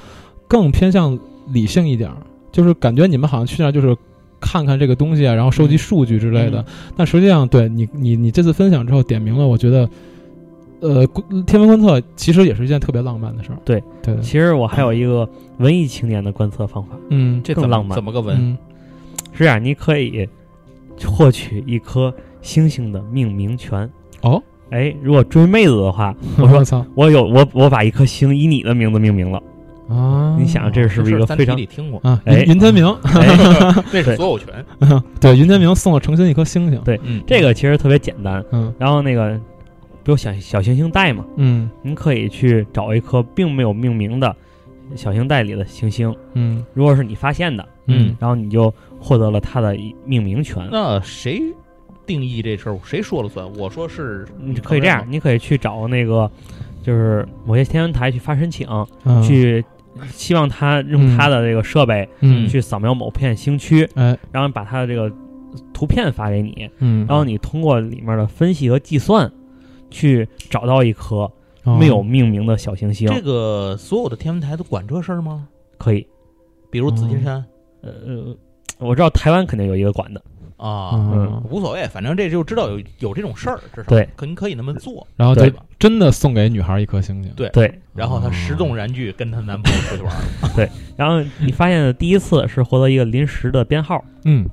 更偏向理性一点儿，就是感觉你们好像去那儿就是。看看这个东西啊，然后收集嗯数据之类的。但实际上，对你，你你这次分享之后点明了，我觉得，呃，天文观测其实也是一件特别浪漫的事儿。对对的，其实我还有一个文艺青年的观测方法，嗯，这更怎么浪漫怎么个文？ 嗯，是啊，你可以获取一颗星星的命名权。哦，哎，如果追妹子的话，我我说操我有我我把一颗星以你的名字命名了。啊！你想，这是不是一个三非体常里听过？啊，哎云云天明， 哎，那对是所有权。对，云天明送了程心一颗星星。对嗯，这个其实特别简单。嗯然后那个不有小小行星带嘛，嗯您可以去找一颗并没有命名的小行带里的行星，嗯如果是你发现的，嗯然后你就获得了它的一命名权。嗯那谁定义这事儿？谁说了算？我说是，你嗯可以这嗯样，你可以去找那个，就是某些天文台去发申请，嗯，去希望他用他的这个设备嗯去扫描某片星区，哎然后把它的这个图片发给你，嗯，然后你通过里面的分析和计算，去找到一颗哦没有命名的小行星，这个所有的天文台都管这事儿吗？可以。比如紫金山呃，呃，我知道台湾肯定有一个管的，啊，嗯，无所谓，反正这就知道有有这种事儿，至少对，可你可以那么做，然后对就吧？真的送给女孩一颗星星。对对。然后她十纵燃具跟她男朋友出去玩儿，然后你发现的第一次是获得一个临时的编号，嗯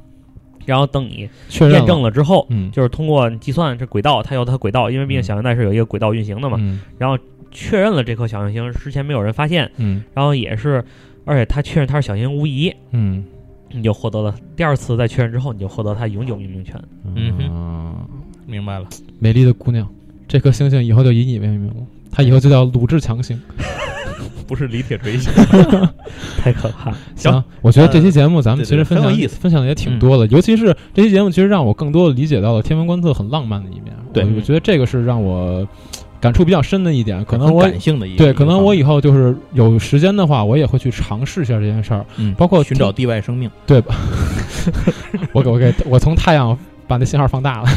然后等你确认验证了，了之后，嗯，就是通过计算这轨道，它有它轨道，因为毕竟嗯小行带是有一个轨道运行的嘛。嗯然后确认了这颗小行星之前没有人发现，嗯然后也是，而且它确认它是小行星无疑，嗯你就获得了第二次在确认之后，你就获得它永久命名权。嗯哼啊明白了，美丽的姑娘，这颗星星以后就以你为名了，它以后就叫鲁智强星。不是李铁锤星。太可怕了！行呃行，我觉得这期节目咱们对其实对分享很有意思分享的也挺多的，尤其是这期节目，其实让我更多的理解到了天文观测很浪漫的一面。对我我觉得这个是让我感触比较深的一点。 可能我很感性的一个对，可能我一以个后就是有时间的话，我也会去尝试一下这件事儿。方面嗯包括寻找地外生命，我给我给我从太阳把那信号放大 了，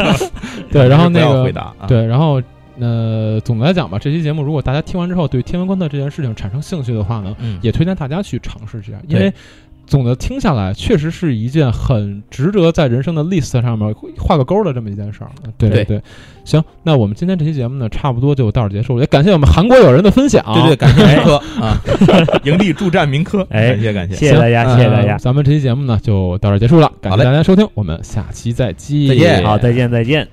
对，然后那不要个回答啊，对，然后呃，总的来讲吧，这期节目如果大家听完之后对天文观测这件事情产生兴趣的话呢，嗯，也推荐大家去尝试这样，因对为总的听下来，确实是一件很值得在人生的 list 上面画个勾的这么一件事儿。对对对，行，那我们今天这期节目呢，差不多就到这儿结束，也感谢我们韩国友人的分享。对对，感谢民科啊， 营地助战民科，哎感谢感谢，谢谢大家，行谢谢大家呃，咱们这期节目呢就到这儿结束了，感好谢嘞大家收听，我们下期再见，再见好，再见，再见。